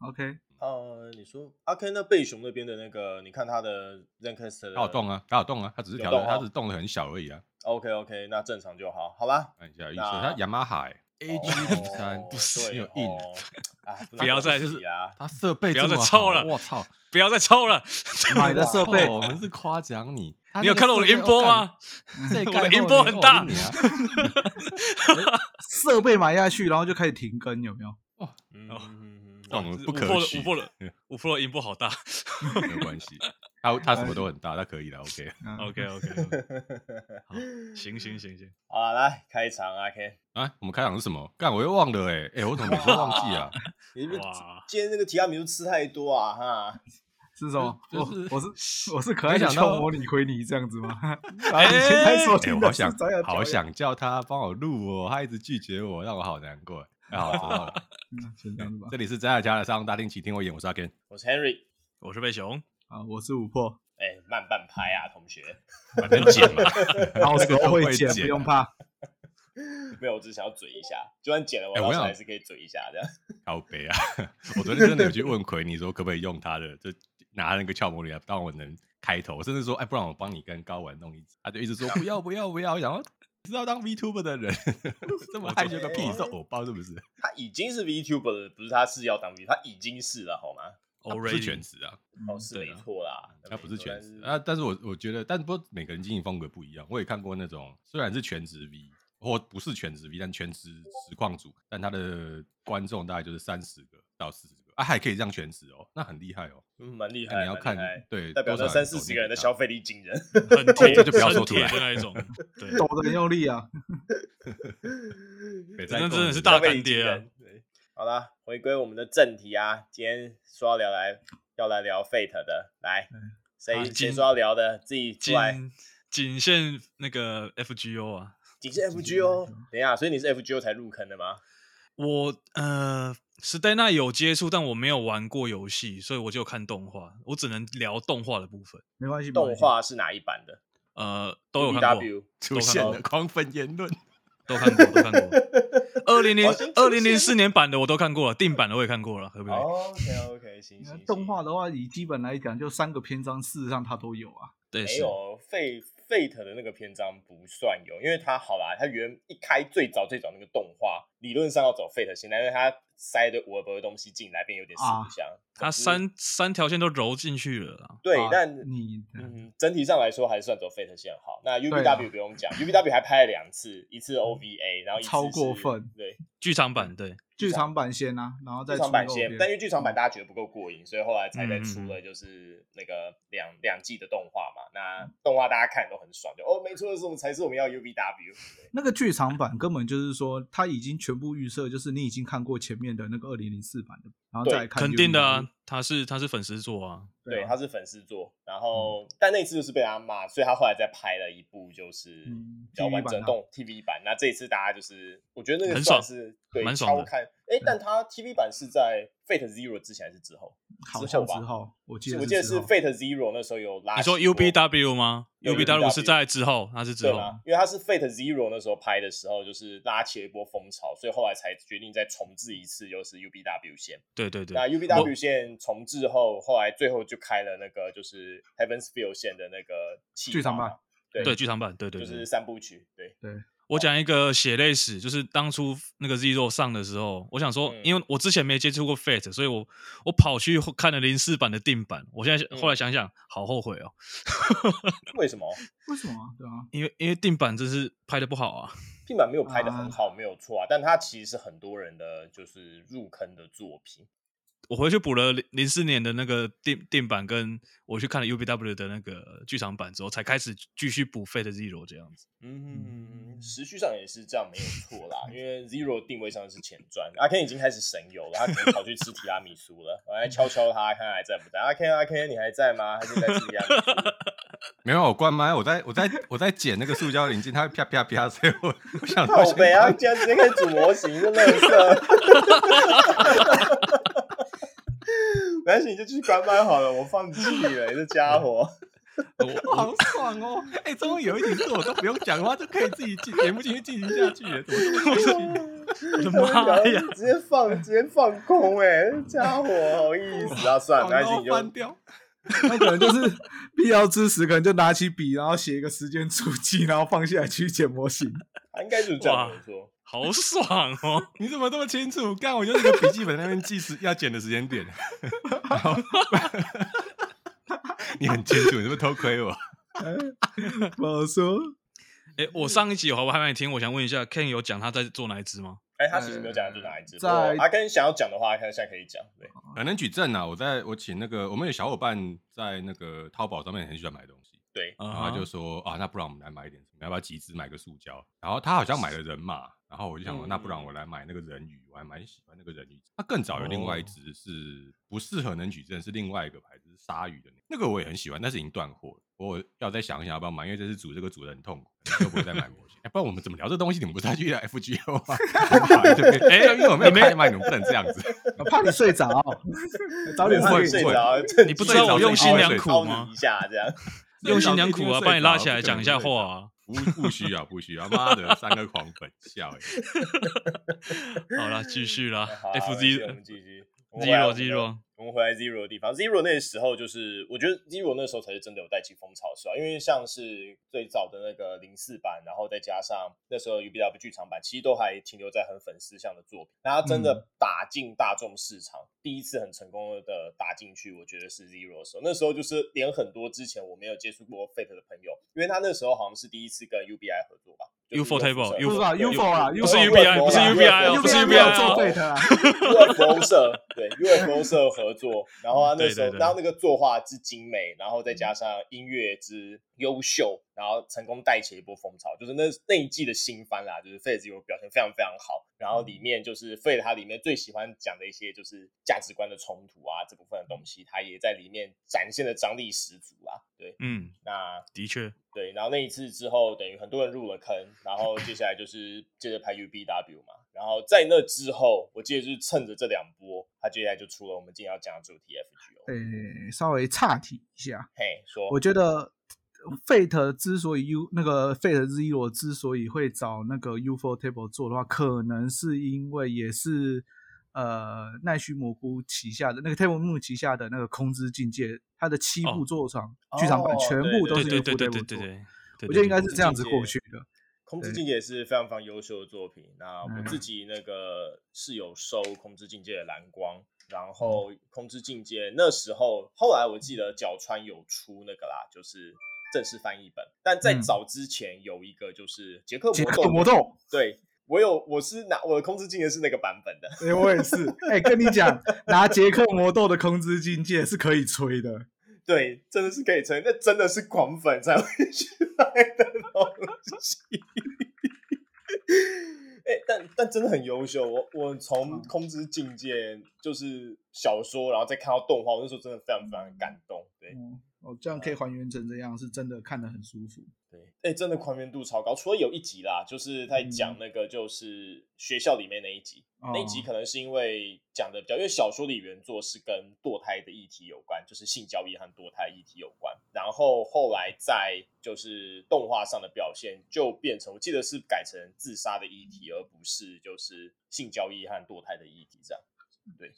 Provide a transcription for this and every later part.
OK，呃，你说阿 Ken 那贝熊那边的那个，你看他的 Zencaster 它有动啊，它有动啊，它只是调有的，动哦它只是动的很小而已啊。 ，OK OK，那正常就好，好吧。看一下预测，那它欸雅马哈哦 AG 五三，不是对有硬哦 啊，不要再就是啊，它设备不要这再么抽好了我操！哦不要再抽了。买的 设备我们是夸奖你。 你有看到我的音波吗？我这 盖的后音波面很我大赢你啊设备买下去，然后就开始停更，有没有？嗯哦嗯嗯哇嗯我们嗯不可五 Pro 取的五 Pro 的五 Pro 的音波好大。啊没有关系。它它什么都很大，它可以的，OK。嗯 OK OK，好，行行行行，好啊，来开场，阿 Ken，啊，我们开场是什么？干，我又忘了哎哎，我怎么每次都忘记 啊？你是不是哇，今天这个提拉米苏吃太多啊？哈，是什么？就就是我我是我是可爱没的想到秋魔李逵你这样子吗？ 然后哎你现在所哎听我的好是想张亚好表演，想叫他帮我录哦，他一直拒绝我，让我好难过。哎，好，知道 了。嗯先这样子吧这。里是张雅家的上大听请听我演，我是 阿 Ken。我是 Henry，我是贝熊，啊，我是五 破，哎，慢半拍啊，同学， 反正剪嘛，到时候会会剪，剪不用啊怕。没有，我只是想要嘴一下，就算剪了，我哎到我时候想还是可以嘴一下这样。好悲啊！ 我昨天真的有去问奎，你说可不可以用他的，就拿那个鞘模里来当我能开头，我甚至说，哎，不然我帮你跟高玩弄一集。他就一直说不要不要不要，然后知道当 VTuber 的人 这么害羞个屁，你是偶包是不是？他已经是 VTuber 了，不是他是要当 V，他已经是了，好吗？他不 Already 是全职啊，哦，是没错啦，他不是全职但啊。但是我我觉得，但不过每个人经营风格不一样。我也看过那种虽然是全职 V 或不是全职 V，但全职实况组，但他的观众大概就是三十个到四十个啊，还可以这样全职哦，那很厉害哦。嗯，蛮厉害，那你要蛮厉看害对，代表多那少人三四走十那个人的道消费力 惊人。很铁，这就不要说很出来铁的那一 种， 对，抖得很用力啊！北真在购的真的物是的大消费力干爹惊啊人！对好啦，回归我们的正题啊，今天说要聊来要来聊 Fate 的，来谁啊谁今说要聊的，自己出仅来。仅限那个 FGO 啊，你是 FGO，等哦一下，所以你是 FGO 才入坑的吗？我呃史黛娜有接触，但我没有玩过游戏，所以我就看动画，我只能聊动画的部分，没关系，没动关系。画是哪一版的？？E 呃，都有看过， W 出现了狂粉言论，都看过，都看过。 二零零好像出现哦二零零四年版的我都看过了，定版的我也看过了，可不可以？ OK OK，行行那行。动画的话，以基本来讲，就三个篇章，事实上它都有啊。对，没是有 Fate Fate 的那个篇章不算有，因为它好啦，它原一开最早最早那个动画，理论上要走 Fate 现在，因为它塞一堆五二八的东西进来，变有点四啊不像。它总之三三条线都揉进去了啦。对，啊但你嗯，整体上来说还是算走 Fate 线好。那对啊嗯 UBW 不用讲，UBW 还拍了两次，一次 OVA，然后一次超是过分，对，剧场版对，剧场版先啊，然后再剧出场版肉先片，嗯但因为剧场版大家觉得不够过瘾，所以后来才再出嗯嗯嗯了就是那个两两季的动画嘛。那动画大家看都很爽，就哦，没错，这种才是我们要 UBW。对那个剧场版根本就是说，它已经全部预设，就是你已经看过前面的那个二零零四版的，然后再来看肯定的 UBW 啊。，它是它是粉丝做啊，对对，啊他是粉丝做，然后但那次就是被大家骂，所以他后来再拍了一部就是嗯比较 TV 完整版啊的动 TV 版。那这一次大家就是我觉得那个很算爽是对蛮爽超的看，哎，但他 TV 版是在 Fate Zero 之前还是之后？好之像后吧之后，我记是得我记得之是后 Fate Zero 那时候有拉你说起过 UBW 吗对？UBW 是在之后，它是之对后吗？因为他是 Fate Zero 那时候拍的时候，就是拉起了一波风潮，所以后来才决定再重置一次，又是 UBW 线。对对对那我 UBW 线重置后，后来最后就开了那个就是 Heaven's Feel 线的那个企划剧场版嘛，对对剧场版，对对就对是。三部曲，对，我讲一个血泪史，就是当初那个 Zero 上的时候，我想说嗯，因为我之前没接触过 Fate，所以我我跑去看了零四版的定版，我现在嗯后来想想，好后悔哦，为什么为什么啊？对啊，因为因为定版真是拍的不好啊。 P 版没有拍的很好，没有错啊，但它其实是很多人的就是入坑的作品。我回去补了零零四年的那个定定版，跟我去看了 UBW 的那个剧场版之后，才开始继续补 Fate Zero 这样子。嗯，时序上也是这样，没有错啦。因为 Zero 定位上是前传，阿 Ken 已经开始神游了，他可能跑去吃提拉米苏了。我来敲敲他，看他还在不在。阿 Ken，阿 Ken，你还在吗？还是在吃提拉米苏？ 没有我关麦，我在我在我在剪那个塑胶零件，它会啪啪啪，所以我我想说靠北啊，竟然直接开始组模型，真的 色。没关系，你就去关麦好了，我放弃了，你这家伙。我好爽哦！哎，终于有一集是我都不用讲话就可以自己进节目进去进行下去了，怎么这么开心？ 我的他们妈聊呀！直接放直接放空哎，这家伙好意思啊！算了，没关系，你就翻掉。他可能就是 必要之时，可能就拿起笔，然后写一个时间足迹，然后放下来去建模型。他应该就是这样没错。好爽哦！ 你怎么这么清楚？干，我就是个笔记本在那边记时要剪的时间点。 然后 你很清楚，你是不是偷窥我？不好说，哎、我上一集有还没听，我想问一下，Ken 有讲他在做哪一支吗？哎，他其实没有讲就哪一只，呃不过嗯在阿根啊想要讲的话，看现在可以讲。对，很能举证啊！我在我请那个我们有小伙伴在那个淘宝上面很喜欢买东西，然后啊他就说啊，那不然我们来买一点什么？要不要集资买个塑胶？然后他好像买了人马，然后我就想说，嗯那不然我来买那个人鱼，我还蛮喜欢那个人鱼。他更早有另外一只是不适合能举证，是另外一个牌子是鲨鱼的那个，那个我也很喜欢，但是已经断货了。我要再想一想要不要买，因为这次组这个组的很痛苦，就不会再买模型。哎、 不然我们怎么聊这东西？你们不是要去 FGO 吗？ 哎、因为我没有开麦，你们不能这样子。我怕你睡着，哦早点不会睡。睡不会着，啊你不知道我用心良苦凹吗你一下这样。用心良苦啊，把你拉起来讲一下话啊。啊。不 不需要，不需要，妈的，三个狂粉笑、欸，好啦，继 续啦啊好啊，F 没关系我 Z 们继续。 Zero 我们回来我 Zero 们。我们回来 Zero 的地方，Zero 那时候就是，我觉得 Zero 那时候才是真的有带起风潮，是吧？因为像是最早的那个零四版，然后再加上那时候 UBW 剧场版，其实都还停留在很粉丝向的作品。那它真的打进大众市场，第一次很成功的打进去，我觉得是 Zero 的时候。那时候就是连很多之前我没有接触过 Fate 的朋友，因为他那时候好像是第一次跟 UBI 合作吧。就是 UFO 辐 Table，射不是吧 UFO ？UFO 啦啊不是 UFO UBI，不是 UBI 哦，又不是啊没 UBI 有做哦。对的啊， UFO 社对 UFO 社合作，然后他那时候，对对对然后那个作画之精美，然后再加上音乐之优秀，然后成功带起了一波风潮，就是那那一季的新番啦，就是 Fate 有表现非常非常好，然后里面就是 Fate 它里面最喜欢讲的一些就是价值观的冲突啊这部分的东西，它也在里面展现的张力十足啦。对，嗯，那的确，对，然后那一次之后，等于很多人入了坑，然后接下来就是接着拍 UBW 嘛，然后在那之后，我记得就是趁着这两波，他接下来就出了我们今天要讲的主题 FGO。诶，哎稍微岔题一下，嘿，说我觉得 Fate 之所以 U 那个 Fate Zero 之所以会找那个 UFO Table 做的话，可能是因为也是呃奈须蘑菇旗下的那个 Table Moon 旗下的那个空之境界，它的七部哦作场、剧场版哦全部都对是对 UFO 对对 Table 对做对的，对，我觉得应该是对这样子空之过境去的。空之对境界也是非常非常优秀的作品。那我嗯自己那个是有收空之境界的蓝光，嗯然后空之境界那时候后来我记得角川有出那个啦，就是正式翻译本，但在嗯早之前有一个就是杰克杰魔克豆魔豆，对我有，我是拿我的空之境界是那个版本的，哎、我也是， 哎、跟你讲，拿杰克魔豆的空之境界是可以吹的。对，真的是可以吹，那真的是狂粉才会去买的东西。哎、但但真的很优秀，我我嗯从空之境界就是小说，然后再看到动画，我那时候真的非常非常感动。对嗯，哦，这样可以还原成这样，是真的看得很舒服。对，哎、真的还原度超高。除了有一集啦，就是在讲嗯那个就是学校里面那一集，哦那一集可能是因为讲的比较，因为小说里原作是跟堕胎的议题有关，就是性交易和堕胎议题有关。然后后来在就是动画上的表现就变成，我记得是改成自杀的议题，而不是就是性交易和堕胎的议题这样。对，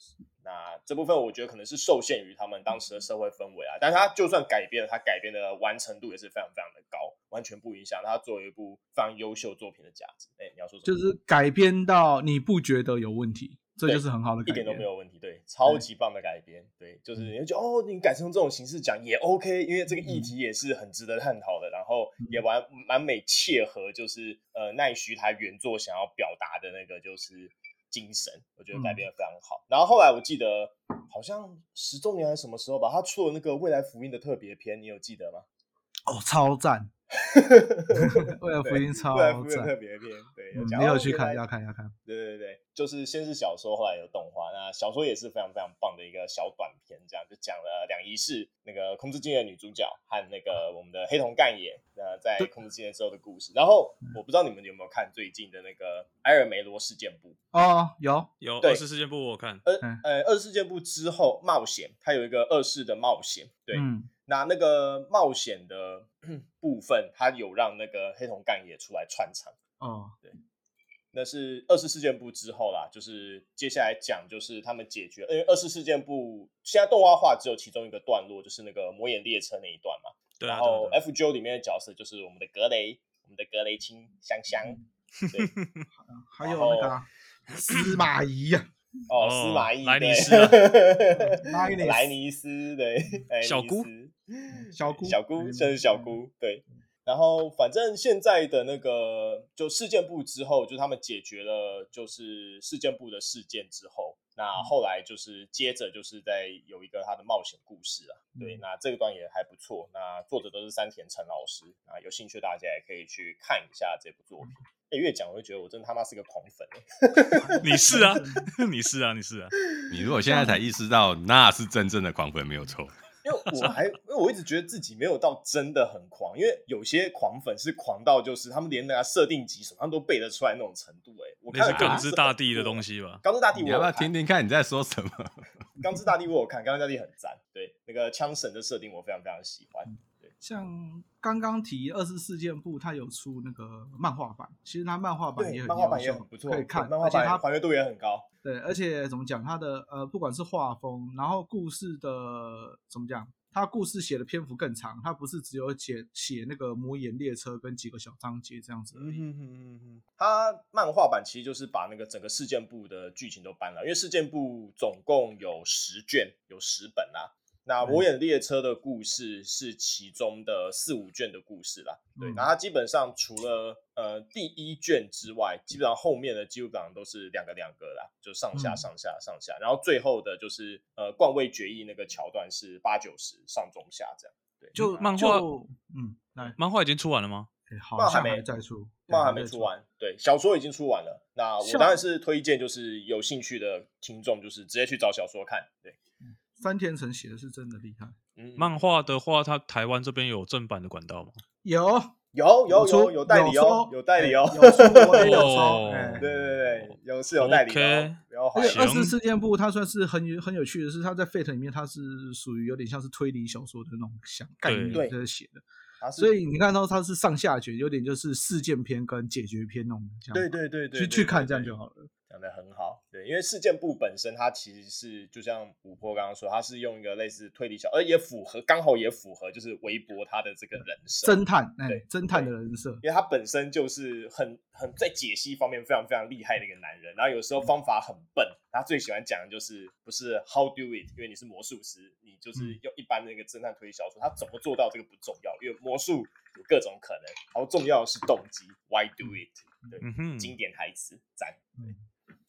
那这部分我觉得可能是受限于他们当时的社会氛围啊，但是他就算改变了，他改变的完成度也是非常非常的高，完全不影响他作为一部非常优秀作品的价值。哎、你要说什就么？是改编到你不觉得有问题，这对就是很好的一改编，嗯点都没有问题，对，超级棒的改编，对，就是你会觉得哦，你改成这种形式讲也 OK，因为这个议题也是很值得探讨的，然后嗯也完完美切合，就是呃奈须他原作想要表达的那个就是精神，我觉得改编的非常嗯好。然后后来我记得好像十周年还是什么时候吧，他出了那个未来福音的特别篇，你有记得 吗？哦，超 赞！为了福音超未来福音的特赞，别篇，对，嗯讲你哦有去原来看？要看要看。对对对，就是先是小说，后来有动画。那小说也是非常非常棒的一个小短片，这样就讲了两仪式那个空之境的女主角和那个我们的黑瞳干也，那在对空之境之后的故事。然后我不知道你们有没有看最近的那个埃尔梅罗事件簿，哦，有，有对二十事件部我看，呃嗯呃，二事件簿之后冒险，它有一个二世的冒险，对，嗯，那那个冒险 的部分，它有让那个黑瞳干也出来串场。哦，那是二次事件部之后啦，就是接下来讲就是他们解决，因为二次事件部现在动画化只有其中一个段落，就是那个魔眼列车那一段嘛。对啊，然对啊后对啊 F J 里面的角色就是我们的格雷，我们的格雷青香香，嗯对， 还有那个啊司马懿呀，哦，哦司马懿，莱尼对斯 啊莱尼斯莱尼斯，对， 莱尼斯嗯小姑小姑，嗯小姑，甚至小姑，对。然后，反正现在的那个就事件部之后，就他们解决了就是事件部的事件之后，嗯那后来就是接着就是在有一个他的冒险故事啊，对，嗯那这个段也还不错。那作者都是山田诚老师啊，有兴趣大家也可以去看一下这部作品。嗯哎，越讲我就觉得我真的他妈是个狂粉、欸， 你是啊，你是啊，你是啊，你如果现在才意识到，那是真正的狂粉，没有错。 因为我还因为我一直觉得自己没有到真的很狂，因为有些狂粉是狂到就是他们连那个设定集什么他们都背得出来那种程度、欸，哎，我那看是了港之大地的东西。西吧？钢之大帝我你有要不要看听听看你在说 什么？钢之大帝我有看，钢之大帝很赞。对，那个枪神的设定我非常非常喜欢。像刚刚提二次事件部，它有出那个漫画版，其实它漫画版对也，很漫画版也优秀很不错，可以看，对漫画而且它版还原度也很高。对，而且怎么讲，它的呃，不管是画风，然后故事的怎么讲，它故事写的篇幅更长，它不是只有写写那个魔眼列车跟几个小章节这样子而嗯已。嗯哼哼哼，他漫画版其实就是把那个整个事件部的剧情都搬了，因为事件部总共有十卷，有十本啦。那《嗯魔眼列车》的故事是其中的四五卷的故事啦。对，嗯那它基本上除了呃第一卷之外，基本上后面的基本上都是两个两个啦，就上下嗯上下上下，然后最后的就是呃冠位决议那个桥段是八九十上中下这样。对，就漫画就嗯，来，漫画已经出完了嗯吗？哎好漫画像还没再出，对漫画还没出。完，对，小说已经出完了。那我像当然是推荐，就是有兴趣的听众，就是直接去找小说看。对，三田诚写的是真的厉害，嗯，漫画的话，它台湾这边有正版的管道吗？有有有出有有代理哦，出有代理哦哎。有出 我也有哦抽，哎对对对，有是有代理的哦 OK，不要怀而疑且二行次事件部它算是很有很有趣的是，它在 Fate 里面它是属于有点像是推理小说的那种想概念对在写的，它是所以你看到它是上下卷，有点就是事件篇跟解决篇那种这样。对对对对，去对去看这样对就好了。讲的很好，对，因为事件部本身它其实是就像五坡刚刚说，它是用一个类似推理小，呃而也符合，刚好也符合就是微博他的这个人设，侦探，哎对，侦探的人嗯设，因为他本身就是很很在解析方面非常非常厉害的一个男人，然后有时候嗯方法很笨，他最喜欢讲的就是不是 how do it，因为你是魔术师，你嗯就是用一般的那个侦探推理小说，他怎么做到这个不重要，因为魔术有各种可能，然后重要的是动机，why do it？对，嗯哼，经典台词，赞。嗯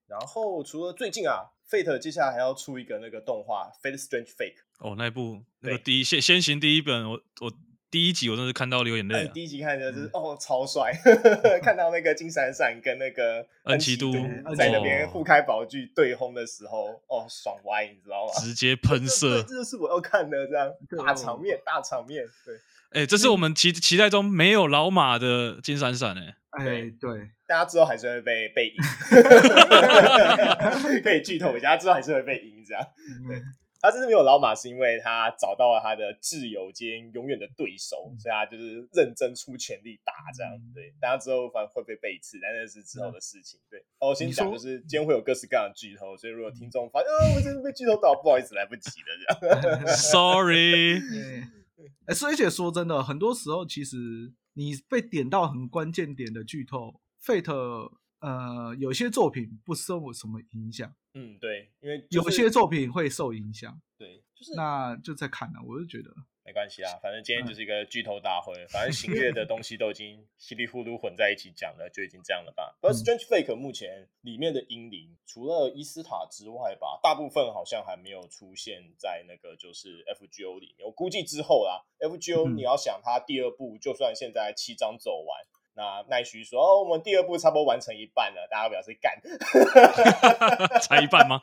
然后除了最近啊，Fate 接下来还要出一个那个动画《Fate Strange Fake 哦，那一部那个对第一先先行第一本，我我第一集我真是看到流眼》哎，泪啊！第一集看的就是、哦超帅， 看到那个金闪闪跟那个恩奇奇都都在那边哦互开宝具对轰的时候，哦爽歪，你知道吗？直接这喷这射这，就是我要看的这样 对大哦场面，大场面，对，哎，这是我们期期待中没有老马的金闪闪 哎，哎，对，大家之后还是会被被 赢， 可以剧透一下，大家之后还是会被赢这样。 嗯他这次没有老马，是因为他找到了他的挚友兼永远的对手，嗯所以他就是认真出全力打这样。对，大家之后反正会被背刺，但那是之后的事情。对，哦，我先嗯讲你就说嗯是今天会有各式各样的剧透，所以如果听众发现啊，我真的被剧透到，不好意思，来不及了这样。 Sorry，对哎，所以且说真的，很多时候其实你被点到很关键点的剧透，Fate，呃，有些作品不受什么影响， 嗯，对，因为、有些作品会受影响，对，就是那就在看了，我就觉得，没关系啦，反正今天就是一个剧透大会，反正行月的东西都已经稀里糊涂混在一起讲了，就已经这样了吧。而 Strange Fake 目前里面的英灵，除了伊斯塔之外吧，大部分好像还没有出现在那个就是 FGO 里面。我估计之后啦，FGO 嗯你要想它第二部，就算现在七章走完。那奈须说：“哦，我们第二部差不多完成一半了。”大家表示干，才一 半吗？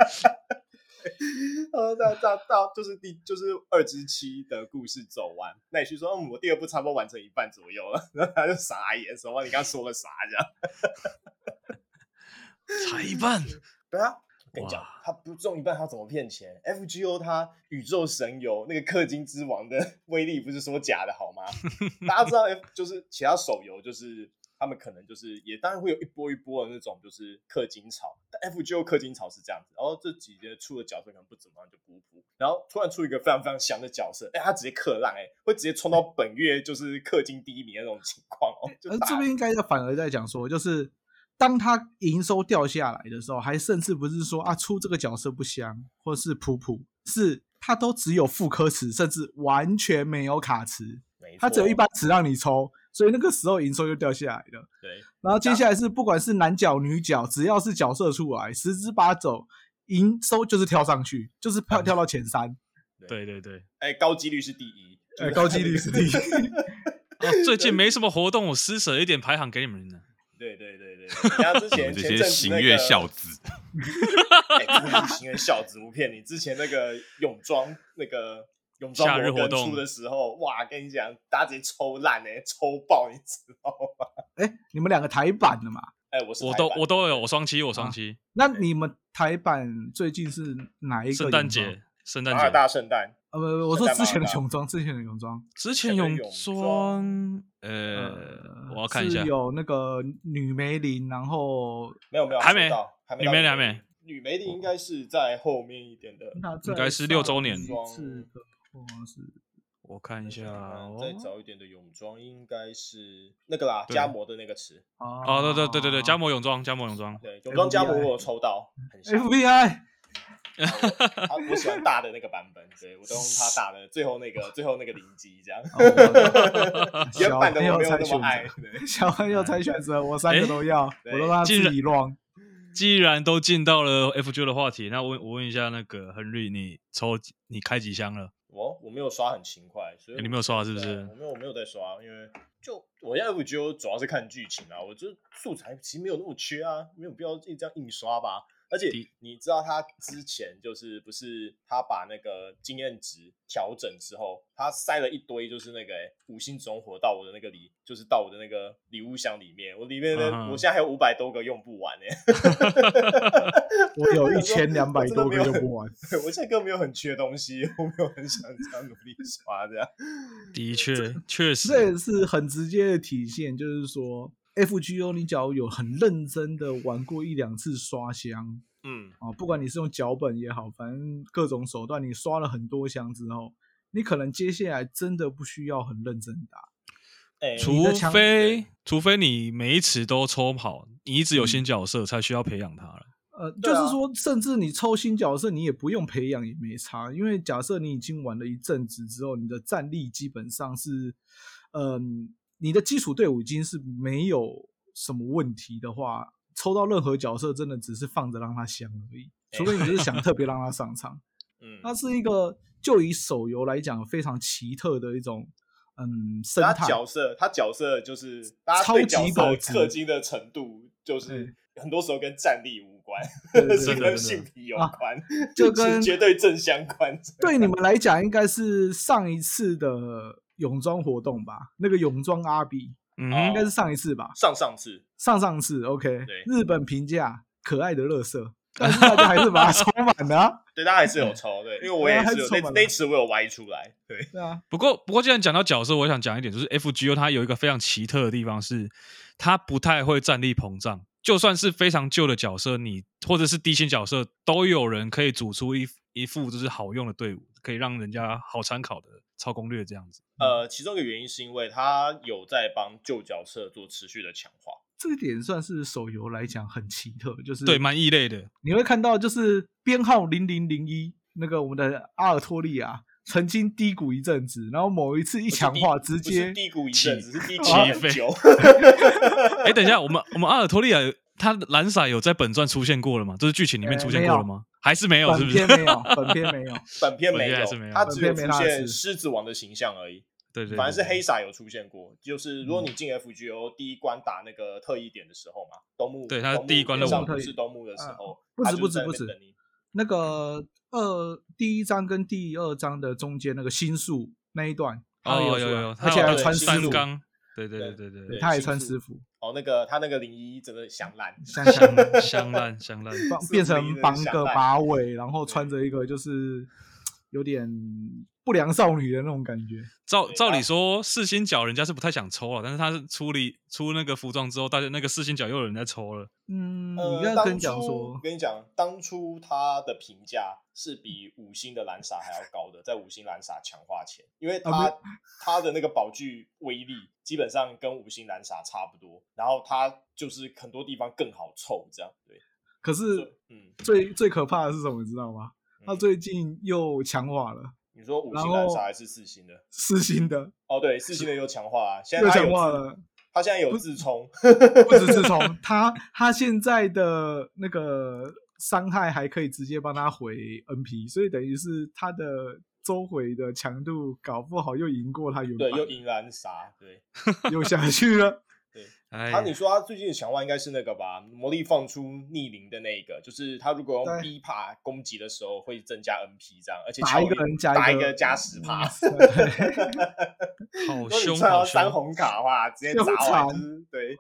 呃，到到到，就是第就是二之七的故事走完，奈须说，嗯，我第二部差不多完成一半左右了， 然后他就傻眼，说，哇，你刚刚说了啥？这样，才一半，对啊，跟你讲哇，他不中一半，他怎么骗钱？FGO 他宇宙神游那个氪金之 王的威力不是说假的好吗？大家知道，F 就是其他手游就是他们可能就是也当然会有一波一波的那种就是氪金潮，但 FGO 氪金潮是这样子，然后这几年出的角色可能不怎么样就普普，然后突然出一个非常非常强的角色，哎、他直接氪浪、哎，会直接冲到本月就是氪金第一名的那种情况哦，就而大呃这边应该要反而在讲说，就是当他营收掉下来的时候，还甚至不是说啊出这个角色不香，或是普普，是他都只有副科池，甚至完全没有卡池，没他只有错一般池让你抽，所以那个时候营收就掉下来了。对然后接下来是不管是男角女角，只要是角色出来，十之八九营收就是跳上去，就是啊跳跳到前三，对对对，哎、高几率是第一， 就呃，是高几率 是第一。哦，最近没什么活动，我施舍一点排行给你们呢。对对对对，对 然后之你 前们这前些阵子行那乐个孝 子，哎，真的是行为孝子不骗你。之前那个泳装那个泳装夏日摩活根动出的时候，哇，跟你讲，大家直接抽烂哎、抽爆，你知道吗？哎，你们两个台版的嘛？哎、我是我台都版啊我的都有，我双七，我双七，那你们台版最近是哪一个？圣诞节，，圣诞马尔节大圣诞，呃，不不，我说圣诞之前的马拉泳装，之前的泳装，之前圣泳诞泳装，呃呃，，我要看一下是，有那个女梅林，然后没有没有，还没没到，还没女到梅还没，女梅的应该是在后面一点 的，那再应该是6周年上一次嗯的话是我看一下哦。再早一点的泳装应该是那个啦，对加摩的那个池，啊，哦，对对对对对，加盟泳装，加盟泳装，对，泳装加摩 FBI 我有抽到，哎很像。 FBI 啊我喜欢大的那个版本，对我都用它大的最后那个最后那个零机 这样。原小版的朋我友没有才那选么爱择，，对哦小朋友才选择，我三个哎都要，我对都让他自竟然己乱。既然都进到了 FG 的话题，那我问我问一下那个亨利，你抽几你开几箱了？我我没有刷很勤快，所以欸你我没有刷是不对啊是我没有我没有在刷，因为就我要 FGO 主要是看剧情啊，我就是素材其实没有那么缺啊，没有必要一直这样硬刷吧。而且的你知道他之前就是不是他把那个经验值调整之后，他塞了一堆就是那个、欸、五星总火到我的那个礼，就是到我的那个礼物箱里面，我里面的、嗯哼我现在还有五百多个用不完呢、欸我有我一真的千两百多没个有用不完， 我现在根本没有很缺东西，我没有很想这样努力刷这样。的确，确实，这也是很直接的体现，就是说 FGO 你只要有很认真的玩过一两次刷箱嗯，啊，不管你是用脚本也好，反正各种手段，你刷了很多箱之后，你可能接下来真的不需要很认真打。哎、除的枪非除非你每一次都抽好，你一直有嗯新角色才需要培养它了。呃，就对啊是说，甚至你抽新角色，你也不用培养也没差，因为假设你已经玩了一阵子之后，你的战力基本上是，嗯、你的基础队伍已经是没有什么问题的话，抽到任何角色真的只是放着让他香而已，哎除非你就是想特别让他上场。嗯，它是一个就以手游来讲非常奇特的一种，嗯，生他态。角色，他角色就是大家对角超级色保值嗯氪金的程度，就是很多时候跟战力无关， 对对对是真的跟真的性癖有啊关，就是跟绝对正相关。对你们来讲，应该是上一次的泳装活动吧？那个泳装阿比嗯哦应哼，该是上一次吧？上上次上上次，OK 对。日本评价可爱的乐色，但是大家还是把它 充满了、啊。对，大家还是有抽，对，因为我也是对有还是抽满那了那一次我有歪出来，对，对啊，不过不过，既然讲到角色，我想讲一点，就是 FGO 它有一个非常奇特的地方是，它不太会战力膨胀。就算是非常旧的角色，你或者是低星角色，都有人可以组出一一副就是好用的队伍，可以让人家好参考的超攻略这样嗯子。呃，其中一个原因是因为他有在帮旧角色做持续的强化，这个点算是手游来讲很奇特，就是对，蛮异类的。你会看到就是编号零零零一那个我们的阿尔托利亚曾经低谷一阵子，然后某一次一一强化直不是接低谷一阵，起只是 低谷起很飞久。哎、等一下，我们我们阿尔托利亚他蓝色有在本传出现过了吗？就是剧情里面呃出现没过有了吗？还是没有？是本不是？篇没有，本篇没有。本片本没片还有是没，有他只有本片没出他的现事狮子王的形象而已。对 对，哦反正是对黑傻有出现过，就是如果你进 FGO 第一关打那个特异点的时候嘛，东木对他东木第一关连任务上不是东木的时候，不他止就不是止在不那边止等你那个二第一章跟第二章的中间那个心术那一段，他也哦出有来有，而他且还有穿对丝三服，缸，对对对对对对，他也心穿术丝 服，哦，那个他那个零一真的想烂，像像香香烂香烂， 绑是变不是一成个绑小个赖马尾，然后对穿着一个就是有点不良少女的那种感觉。照对照理啊说，四星角人家是不太想抽了，但是他是出理出那个服装之后，大家那个四星角又有人在抽了。嗯，呃你刚刚当跟讲初说我，跟你讲，当初他的评价是比五星的蓝傻还要高的，在五星蓝傻强化前，因为他、啊他的那个宝具威力基本上跟五星蓝傻差不多，然后他就是很多地方更好凑，这样对，可是嗯，最最可怕的是什么，你知道吗？他嗯最近又强化了你说五然星蓝后傻还是四星的？四星的，哦，对，四星的又强化啊，现又在他有强化自了，他现在有自冲， 不止自从他他现在的那个伤害还可以直接帮他回 NP，所以等于是他的周回的强度搞不好又赢过他原嗯对，又版，赢蓝傻，对。又下去 了。哎，他你说他最近的强化应该是那个吧？魔力放出逆鳞的那一个，就是他如果对用 B 帕攻击的时候会增加 NP 这样，而且打一巧力个人加一打个嗯个加十 帕。好如果凶你算好到凶三，红卡的话，直接凶砸残完就是对，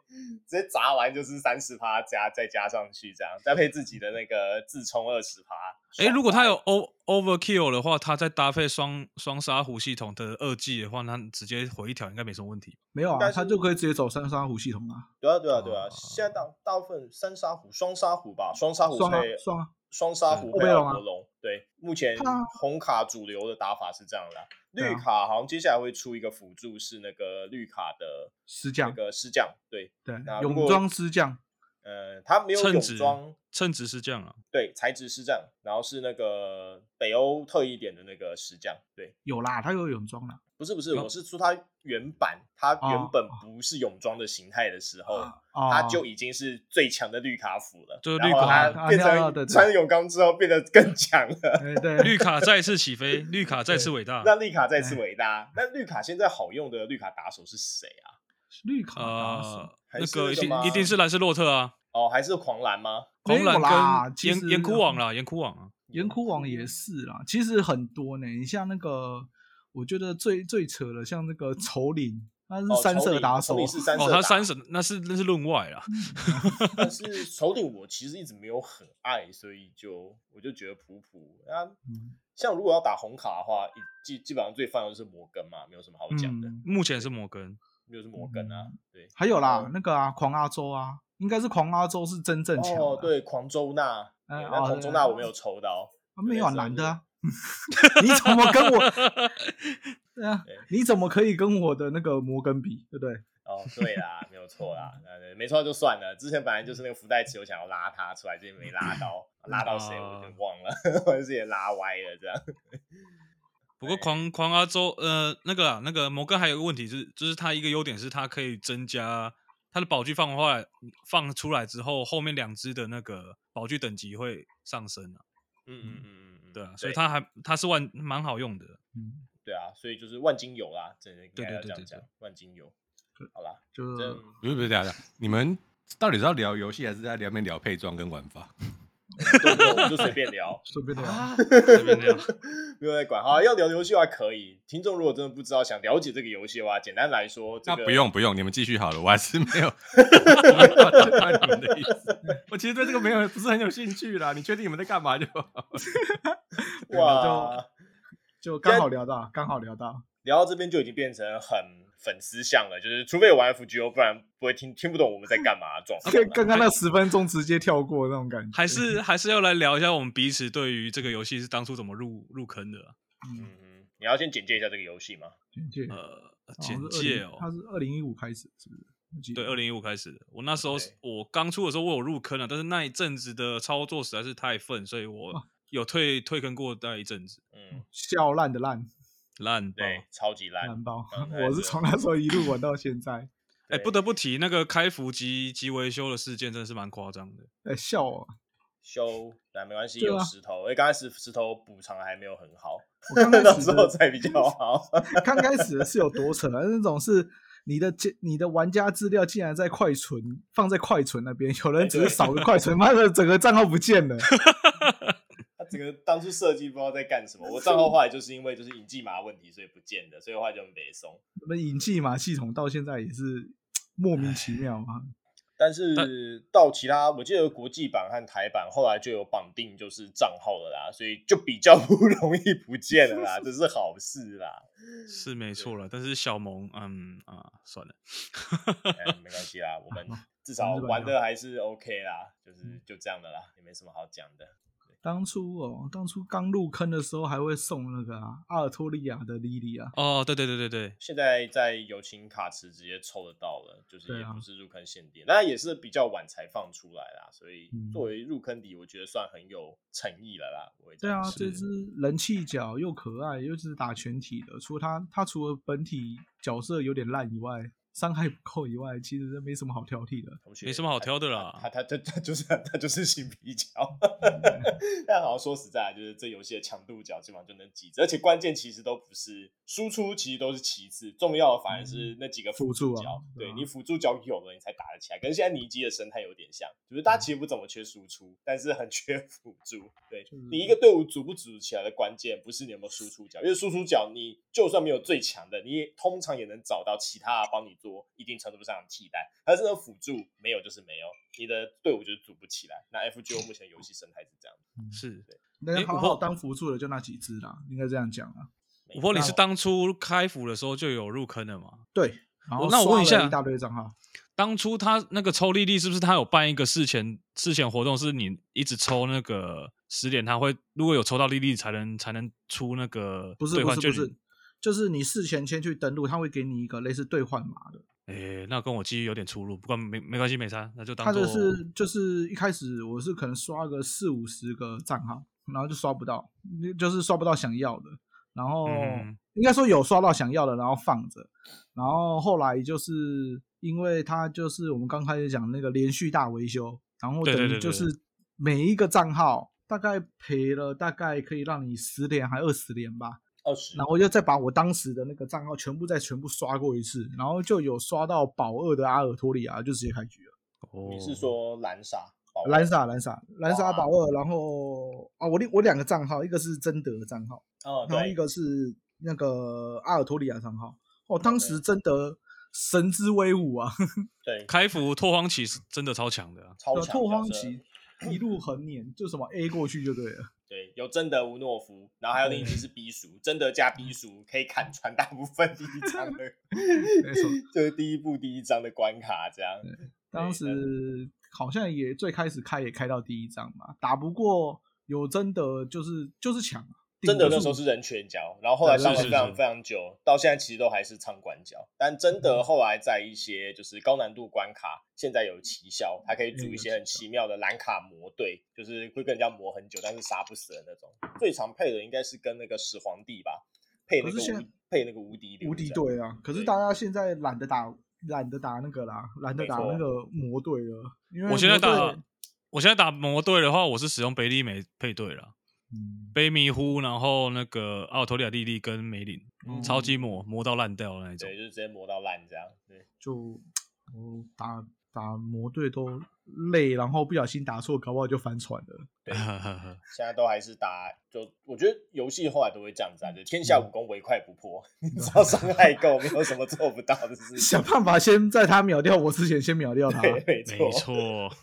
直接砸完就是三十趴加再加上去这样，再配自己的那个自冲二十趴。哎，如果他爽有爆 o overkill 的话，他再搭配双双杀弧系统的二技的话，那直接回一条应该没什么问题。没有应该啊，是他就可以直接走三杀弧系统啊，对啊对啊对啊啊，现在大大部分三沙虎、双沙虎吧，双沙虎双啊配双啊双沙虎对欧配贝龙奥啊国龙，对，目前他红卡主流的打法是这样的啊，对啊绿卡好像接下来会出一个辅助是那个绿卡的石那匠，个师匠，对，对那，如泳果装石匠，呃，他没有称泳职装，称职是 这样啊，对，材质师匠，然后是那个北欧特一点的那个石匠，对。有啦，他有泳装啦。不是不是，哦我是说他原版，他哦原本不是泳装的形态的时候，啊，他就已经是最强的绿卡辅了，就是然绿后卡啊他变啊对对对成穿泳装之后变得更强 了。哎对，绿卡再次起飞，绿卡再次伟啊大。让绿卡哎再次伟大。那绿卡现在好用的绿卡打手是谁啊？绿卡打手呃，还那是个那一个定吗一定是兰斯洛特啊，哦，还是狂澜吗？没狂有啦澜其跟实岩岩窟网啦，岩窟网啊，岩窟王也是啦，其实很多呢。你像那个，我觉得最最扯的，像那个首领，他是哦三首色领打手，首啊领是三色哦，打，他 三神那是那是论外啦。但是首领我其实一直没有很爱，所以就我就觉得普普。那嗯像如果要打红卡的话，一基基本上最泛用的是摩根嘛，没有什么好讲的，嗯目前是摩根，就是摩根啊，对。还有啦哦，那个啊，狂阿周啊，应该是狂阿周是真正强的啊哦，，对，狂周娜，对嗯那哦狂周娜我没有抽到，啊没有啊对男的啊， 你怎么跟 我？对啊对，你怎么可以跟我的那个摩根比，对不对？哦，对啦，没有错啦，那没错就算了。之前本来就是那个福袋球想要拉他出来，这没拉到，拉到谁我就忘了， 或者是也拉歪了这样。不过狂狂阿周呃那个啦，那个摩根还有一个问题就是，就是他一个优点是它可以增加它的宝具放化放出来之后，后面两只的那个宝具等级会上升啊，嗯嗯嗯嗯嗯，对啊，所以它还它是万蛮好 用的。嗯，对啊，所以就是万金油啦，真的应对该对要对这样对讲，万金油对。好啦，就，这样不是不是这样的，你们到底是要聊游戏，还是在聊面聊配装跟玩法？就我们就随便聊 随便聊。啊这边那样没有在管。好，啊要聊游戏的话可以。听众如果真的不知道，想了解这个游戏的话，简单来说，这那个啊不用不用，你们继续好了，我还是没有 我没有打断你们的意思。我其实对这个没有不是很有兴趣啦。你确定你们在干嘛就好？ 哇，就刚好聊到，刚好聊到，聊到这边就已经变成很粉丝向了，就是除非有玩 FGO，不然不会听听不懂我们在干嘛的 状况啦。刚刚刚那十分钟直接跳过那种感觉，还是还是要来聊一下我们彼此对于这个游戏是当初怎么入入坑的啊、嗯，嗯哼，你要先简介一下这个游戏吗？简介呃，好像简是介20哦，它是二零一五开始，是不是？我记得对，二零一五开始的。我那时候是对我刚出的时候，我有入坑啊了，但是那一阵子的操作实在是太愤，所以我啊有退退坑过那一阵子，嗯，笑烂的烂烂爆。对，超级烂。烂包嗯，我是从那时候一路玩到现在，哎、对不得不提那个开服及及维修的事件，真的是蛮夸张的。哎笑哦！修，那没关系，对啊有石头。因为刚开始石头补偿还没有很 好，我 刚开到始时候的才比较好。刚开始的是有多扯啊，那种是你的介你的玩家资料竟然在快存放在快存那边，哎有人只是扫个快存，妈的整个账号不见了。 他整个当初设计不知道在干什么，我账号后来就是因为就是引进码问题，所以不见的，所以后来就没送。我们引进码系统到现在也是莫名其妙嘛，啊但是到其他，我记得国际版和台版后来就有绑定就是账号了啦，所以就比较 不容易不见了啦，这是好事啦。嗯是没错了，但是小萌，嗯啊，算了，哎没关系啦，我 们至少玩的还是 OK 啦，嗯就是就这样的啦，也没什么好讲的。当初哦，当初刚入坑的时候还会送那个啊，阿尔托利亚的莉莉啊，哦，对对对对对，现在在友情卡池直接抽得到了，就是对也啊不是入坑限定，那也是比较晚才放出来啦，所以嗯作为入坑底，我觉得算很有诚意了啦。我会这对样啊，说这是只人气角又可爱，又是打全体的，除了它，它除了本体角色有点烂以外，伤害不够以外，其实没什么好挑剔 的。同学没什么好挑的啦他他他他他就是 他就是新皮角，但好像说实在，就是这游戏的强度角基本上就能挤，而且关键其实都不是输出，其实都是其次，重要的反而是那几个嗯辅助辅助角啊。对对啊你辅助角有了，你才打得起来。跟现在尼基的生态有点像，就是大家其实不怎么缺输出，但是很 缺辅助。对就是你一个队伍组不组起来的关键，不是你有没有输出角，因为输出角你就算没有最强的，你也通常也能找到其他帮你做一定程度上的替代。但是呢，辅助没有就是没有，你的队伍就是组不起来。那 FGO 目前游戏生态是这样。嗯是。那诶好我好当辅助的就那几只啦，应该这样讲啊。没我不知道你办是法当初开服的时候就有入坑的吗？对，然后那我问一刷了下一大堆账号，当初他那个抽莉莉是不是他有办一个事前事前活动，是你一直抽那个十点，他会如果有抽到莉莉才能才能出那个不是兑不换是券不是，就是你事前先去登录，他会给你一个类似兑换码的，诶，那跟我记忆有点出入，不过没没关系，没差，那就当他做就是就是一开始我是可能刷个四五十个账号，然后就刷不到，就是刷不到想要的，然后嗯应该说有刷到想要的，然后放着，然后后来就是因为他就是我们刚开始讲那个连续大维修，然后对对等于对对就是每一个账号大概赔了大概可以让你十连还二十连吧，二十然后又再把我当时的那个账号全部再全部刷过一次，然后就有刷到保二的阿尔托利亚，就直接开局了。哦你是说蓝沙？宝蓝傻蓝傻蓝傻哇保二，然后啊，我另我两个账号，一个是贞德账号，哦，然后一对，个是那个阿尔托利亚账号。哦，当时对贞德神之威武啊，对，开服拓荒旗是真的超强的啊、超强拓荒角色旗一路横碾，就什么 A 过去就对了。对，有真德吴诺夫，然后还有另一只嗯是 B 叔，真德加 B 叔可以砍穿大部分第一章的， 没错，就是第一部第一章的关卡这样。当时好像也最开始开也开到第一章嘛，打不过有贞德就是就是强啊。真德顶那不时候住是人拳脚，然后后来上了是非是常是非常久，到现在其实都还是唱关脚。但真嗯德后来在一些就是高难度关卡，现在有奇效，它可嗯以组一些很奇妙的蓝卡魔队，就是会跟人家磨很久，但是杀不死的那种。最常配的应该是跟那个始皇帝吧，配那可个是现在无配那个无敌流无敌这样队啊，可是对大家现在懒得打，懒得打那个啦，懒得没打错那个魔队了。因为我现在魔队打，我现在打魔队的话，我是使用北利美配对了，嗯，北迷糊，然后那个奥托利亚莉莉跟梅林，嗯超级魔魔到烂掉的那一种对，。就是直接磨到烂这样。对，就我打打魔队都累，然后不小心打错，搞不好就翻船了。 对现在都还是打，就我觉得游戏后来都会这样子嗯啊，就是天下武功唯快不破， 你只要伤害够，没有什么做不到的事 情。想办法先在他秒掉我之前先秒掉他。对，啊没没错，错，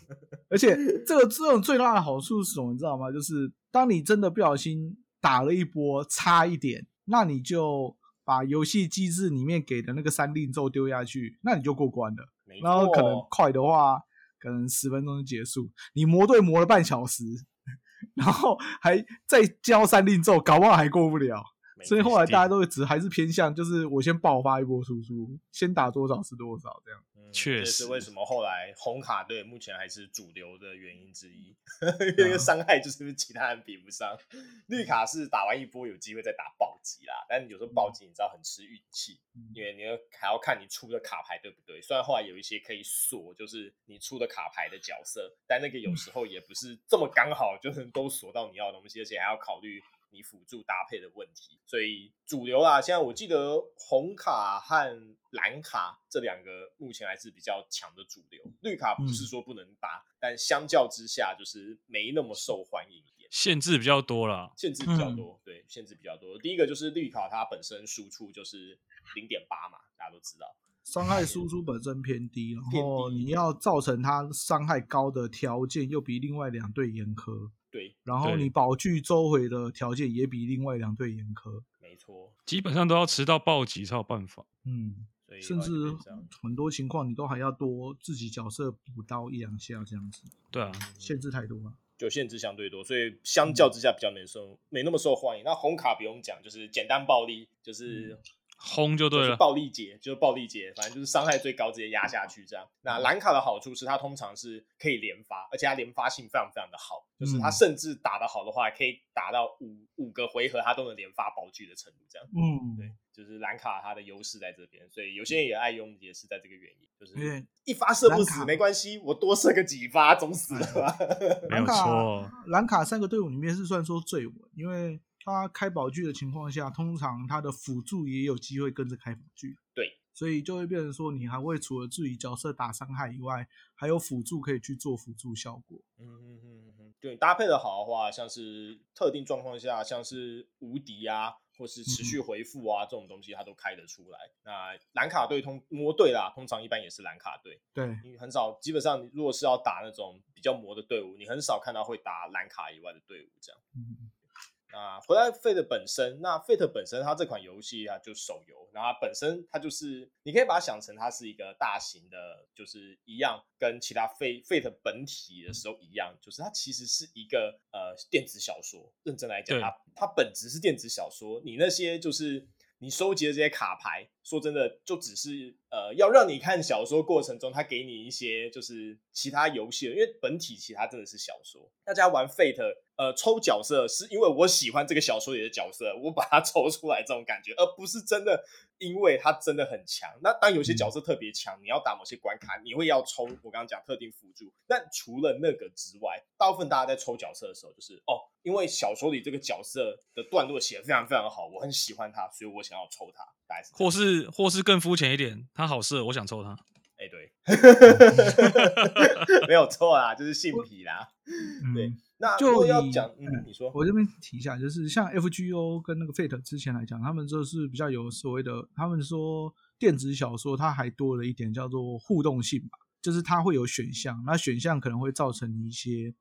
而且这个这种最大的好处是什么，你知道吗？就是当你真的不小心打了一波差一点，那你就把游戏机制里面给的那个三令咒丢下去，那你就过关了。没然后可能错快的话，可能十分钟就结束。你磨队磨了半小时，然后还再交三令咒，搞不好还过不了。没所以错后来大家都只还是偏向，就是我先爆发一波输出，先打多少是多少这样。嗯确这是实为什么后来红卡队目前还是主流的原因之一，嗯 因为那个伤害就是其他人比不上。绿卡是打完一波有机会再打暴击啦，但有时候嗯暴击你知道很吃运气，因为你要还要看你出的卡牌对不对。虽然后来有一些可以锁，就是你出的卡牌的角色，但那个有时候也不是这么刚好，就是都锁到你要的东西，而且还要考虑你辅助搭配的问题。所以主流啦，现在我记得红卡和蓝卡这两个目前还是比较强的主流，绿卡不是说不能打，但相较之下就是没那么受欢迎一点。点，限制比较多啦。限制比嗯较多，对，限制比较多。第一个就是绿卡它本身输出就是零点八嘛，大家都知道。伤害输出本身偏低，然偏后低你要造成他伤害高的条件又比另外两队严苛，对，然后对你保具周回的条件也比另外两队严苛，没错，基本上都要迟到暴击才有办法。嗯，所以甚的话至就变这样很多情况你都还要多自己角色补刀一两下这样子，嗯对啊，限制太多了。就限制相对多，所以相嗯较之下比较没受没那么受欢迎。那红卡不用讲，就是简单暴力，嗯就是轰就就对是了。暴力节，就是暴力节，反正就是伤害最高，直接压下去这样。那蓝卡的好处是它通常是可以连发，而且它连发性非常非常的好，就是它嗯甚至打得好的话，可以打到五五个回合它都能连发保具的程度这样。嗯，对，就是蓝卡它的优势在这边，所以有些人也爱用，也是在这个原因，就因为是一发射不蓝死卡没关系，我多射个几发总死了吧。 没兰有卡错。兰卡三个队伍里面是算说最稳，因为他开宝具的情况下，通常他的辅助也有机会跟着开宝具。对，所以就会变成说，你还会除了自己角色打伤害以外，还有辅助可以去做辅助效果。嗯嗯嗯嗯嗯，对，搭配的好的话，像是特定状况下，像是无敌啊，或是嗯持续回复啊、这种东西，它都开得出来。那蓝卡队通魔队啦，通常一般也是蓝卡队，对，因为很少，基本上你如果是要打那种比较魔的队伍，你很少看到会打蓝卡以外的队伍这样。嗯，那回来 Fate 本身，那 Fate 本身它这款游戏啊，就是手游，然后它本身它就是你可以把它想成它是一个大型的，就是一样跟其他 Fate Fate 本体的时候一样，就是它其实是一个呃电子小说。认真来讲，对它它本质是电子小说，你那些就是。你收集的这些卡牌，说真的，就只是呃，要让你看小说过程中，它给你一些就是其他游戏的，因为本体其他真的是小说。大家玩 Fate，呃，抽角色是因为我喜欢这个小说里的角色，我把它 抽出来这种感觉，而不是真的因为它真的很强。那当嗯有些角色特别强，你要打某些关卡，你会要抽我刚刚讲特定辅助。那除了那个之外，大部分大家在抽角色的时候，就是哦，因为小说里这个角色的段落写的非常非常好，我很喜欢他，所以我想要抽他。大概是这样或是或是更肤浅一点，他好色，我想抽他。 哎、对， 没有错啦，就是性癖啦。对嗯那就如果要以讲，嗯嗯，你说，我这边提一下，就是像 FGO 跟那个 Fate 之前来讲，他们就是比较有所谓的，他们说电子小说它还多了一点叫做互动性吧，就是它会有选项，那选项可能会造成一些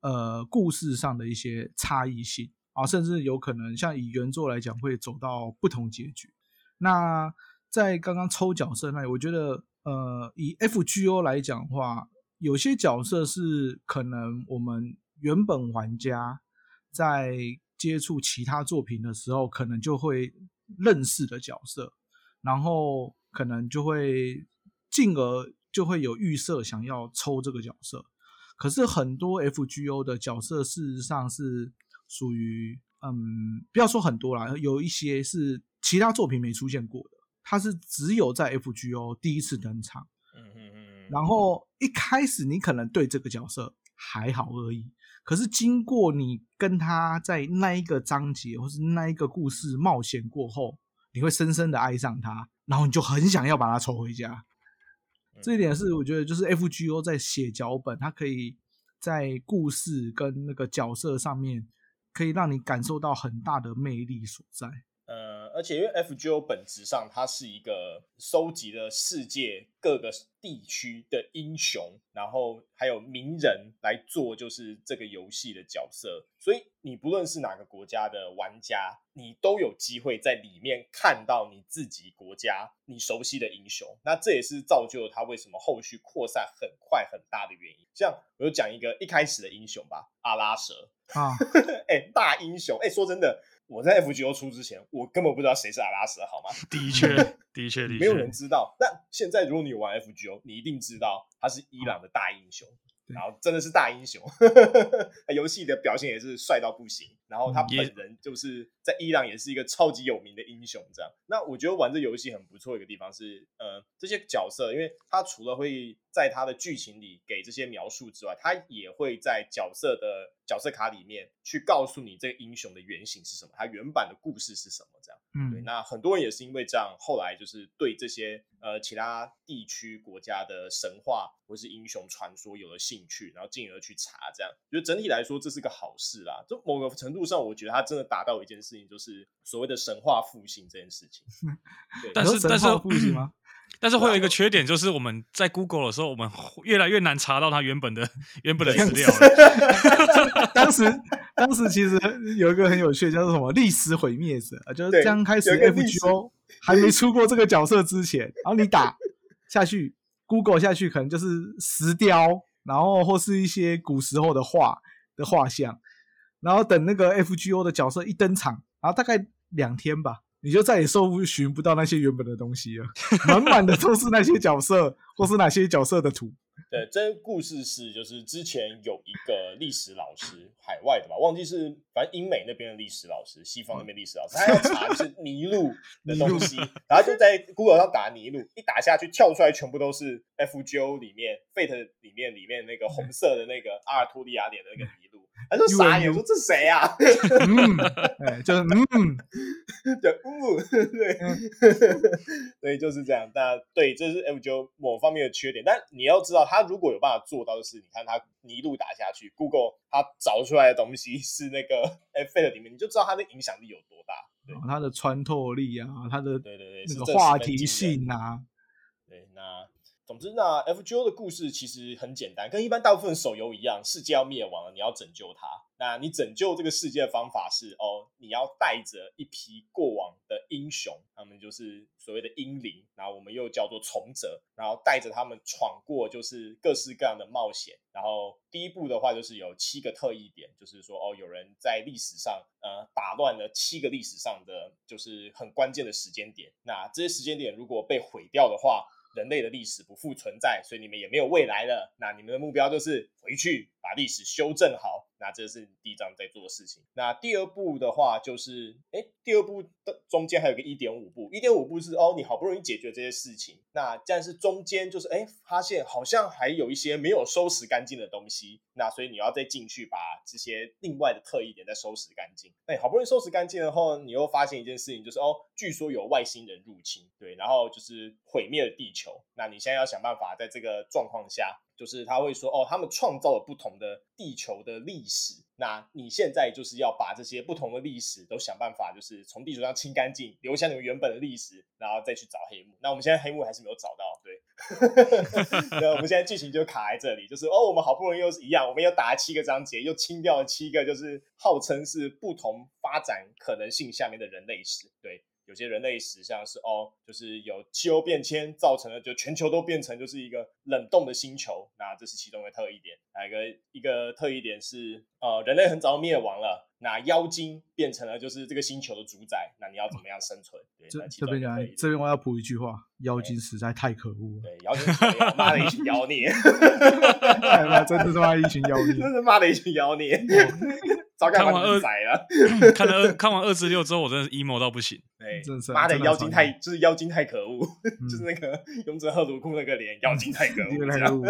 呃故事上的一些差异性啊，甚至有可能像以原作来讲会走到不同结局。那在刚刚抽角色那里，我觉得呃，以 FGO 来讲的话，有些角色是可能我们原本玩家在接触其他作品的时候，可能就会认识的角色，然后可能就会进而就会有预设想要抽这个角色。可是很多 FGO 的角色事实上是属于嗯，不要说很多啦，有一些是其他作品没出现过的，它是只有在 FGO 第一次登场。嗯嗯嗯，然后一开始你可能对这个角色还好而已，可是经过你跟他在那一个章节或是那一个故事冒险过后，你会深深的爱上他，然后你就很想要把他抽回嗯家。这一点是我觉得就是 FGO 在写脚本，它可以在故事跟那个角色上面，可以让你感受到很大的魅力所在。呃，而且因为 FGO 本质上它是一个收集了世界各个地区的英雄，然后还有名人来做就是这个游戏的角色，所以你不论是哪个国家的玩家，你都有机会在里面看到你自己国家你熟悉的英雄。那这也是造就了它为什么后续扩散很快很大的原因。像我就讲一个一开始的英雄吧，阿拉蛇。 啊， 哎、大英雄，哎、说真的，我在 FGO 出之前，我根本不知道谁是阿拉斯，好吗？的 确，的确，的没有人确，知道。那现在如果你有玩 FGO，你一定知道他是伊朗的大英雄，嗯对然后真的是大英雄， 游戏的表现也是帅到不行。然后他嗯本也人就是在伊朗也是一个超级有名的英雄，这样。那我觉得玩这游戏很不错的一个地方是，呃，这些角色，因为他除了会在他的剧情里给这些描述之外，他也会在角色的角色卡里面去告诉你这个英雄的原型是什么，他原版的故事是什么，这样。对，嗯，那很多人也是因为这样，后来就是对这些呃其他地区国家的神话或是英雄传说有了兴趣，然后进而去查，这样觉得整体来说这是个好事啦。就某个程度上，我觉得它真的达到一件事情，就是所谓的神话复兴这件事情。对，但你是说神但是话复兴吗？但是 会有一个缺点，就是我们在 Google 的时候，我们越来越难查到它原本的原本的资料了。当时当时其实有一个很有趣的叫做什么历史毁灭者，呃就是对刚开始有一个历史 FGO 还没出过这个角色之前，然后你打下去，Google 下去可能就是石雕，然后或是一些古时候的画的画像，然后等那个 FGO 的角色一登场，然后大概两天吧。你就再也搜寻不到那些原本的东西了，满满的都是那些角色，或是哪些角色的图。 对，这故事是就是之前有一个历史老师，海外的吧，忘记是反正英美那边的历史老师，西方那边历史老师，他要查就是 尼禄的东西，然后就在 Google 上打尼禄，一打下去跳出来全部都是 FGO 里面 Fate 里面里面那个红色的那个阿尔托利亚脸的那个尼禄，他就傻眼， UNU 说这谁啊？嗯，哎，就是嗯，对，呜， 对，所以就是这样。那对，这是 F 九某方面的缺点，但你要知道，他如果有办法做到，就是你看他一路打下去，Google 他找出来的东西是那个 F a 里面，你就知道它的影响力有多大。哦它的穿透力啊，它的对对对，是那个这十话分题惊人性啊，对，那总之那 F G O 的故事其实很简单，跟一般大部分手游一样，世界要灭亡了，你要拯救它。那你拯救这个世界的方法是哦，你要带着一批过往的英雄，他们就是所谓的英灵，然后我们又叫做从者，然后带着他们闯过就是各式各样的冒险。然后第一步的话就是有七个特异点，就是说哦，有人在历史上呃打乱了七个历史上的就是很关键的时间点。那这些时间点如果被毁掉的话，人类的历史不复存在，所以你们也没有未来了。那你们的目标就是回去把历史修正好。那这是第一章在做的事情。那第二步的话，就是哎，第二步的中间还有个一点五步，一点五步是哦，你好不容易解决这些事情，那但是中间就是哎，发现好像还有一些没有收拾干净的东西，那所以你要再进去把这些另外的特异点再收拾干净。那你好不容易收拾干净了后，你又发现一件事情，就是哦，据说有外星人入侵，对，然后就是毁灭了地球。那你现在要想办法在这个状况下，就是他会说哦，他们创造了不同的地球的历史。那你现在就是要把这些不同的历史都想办法，就是从地球上清干净，留下你们原本的历史，然后再去找黑幕。那我们现在黑幕还是没有找到，对， 对，我们现在剧情就卡在这里，就是哦，我们好不容易又是一样，我们又打了七个章节，又清掉了七个，就是号称是不同发展可能性下面的人类史。对，有些人类史像是哦，就是有气候变迁造成了，就全球都变成就是一个冷冻的星球，那这是其中一个特异点。还有一个一个特异点是，呃，人类很早灭亡了。那妖精变成了就是这个星球的主宰，那你要怎么样生存？对，这那其这边中一个讲特异点，这边我要补一句话：妖精实在太可恶了， 对妖精是妖，妈的一群妖孽。哎妈，真的他妈一群妖精 真是妈的一群妖孽， 早该把看完你二们宰了。看了 二看完二十六之后，我真的是 emo 到不行。对真是啊哎妈的真的妖很精讨太，厌就是妖精太可恶，嗯 就是那个勇者赫鲁库那个脸，妖精太可恶，有这点可样恶。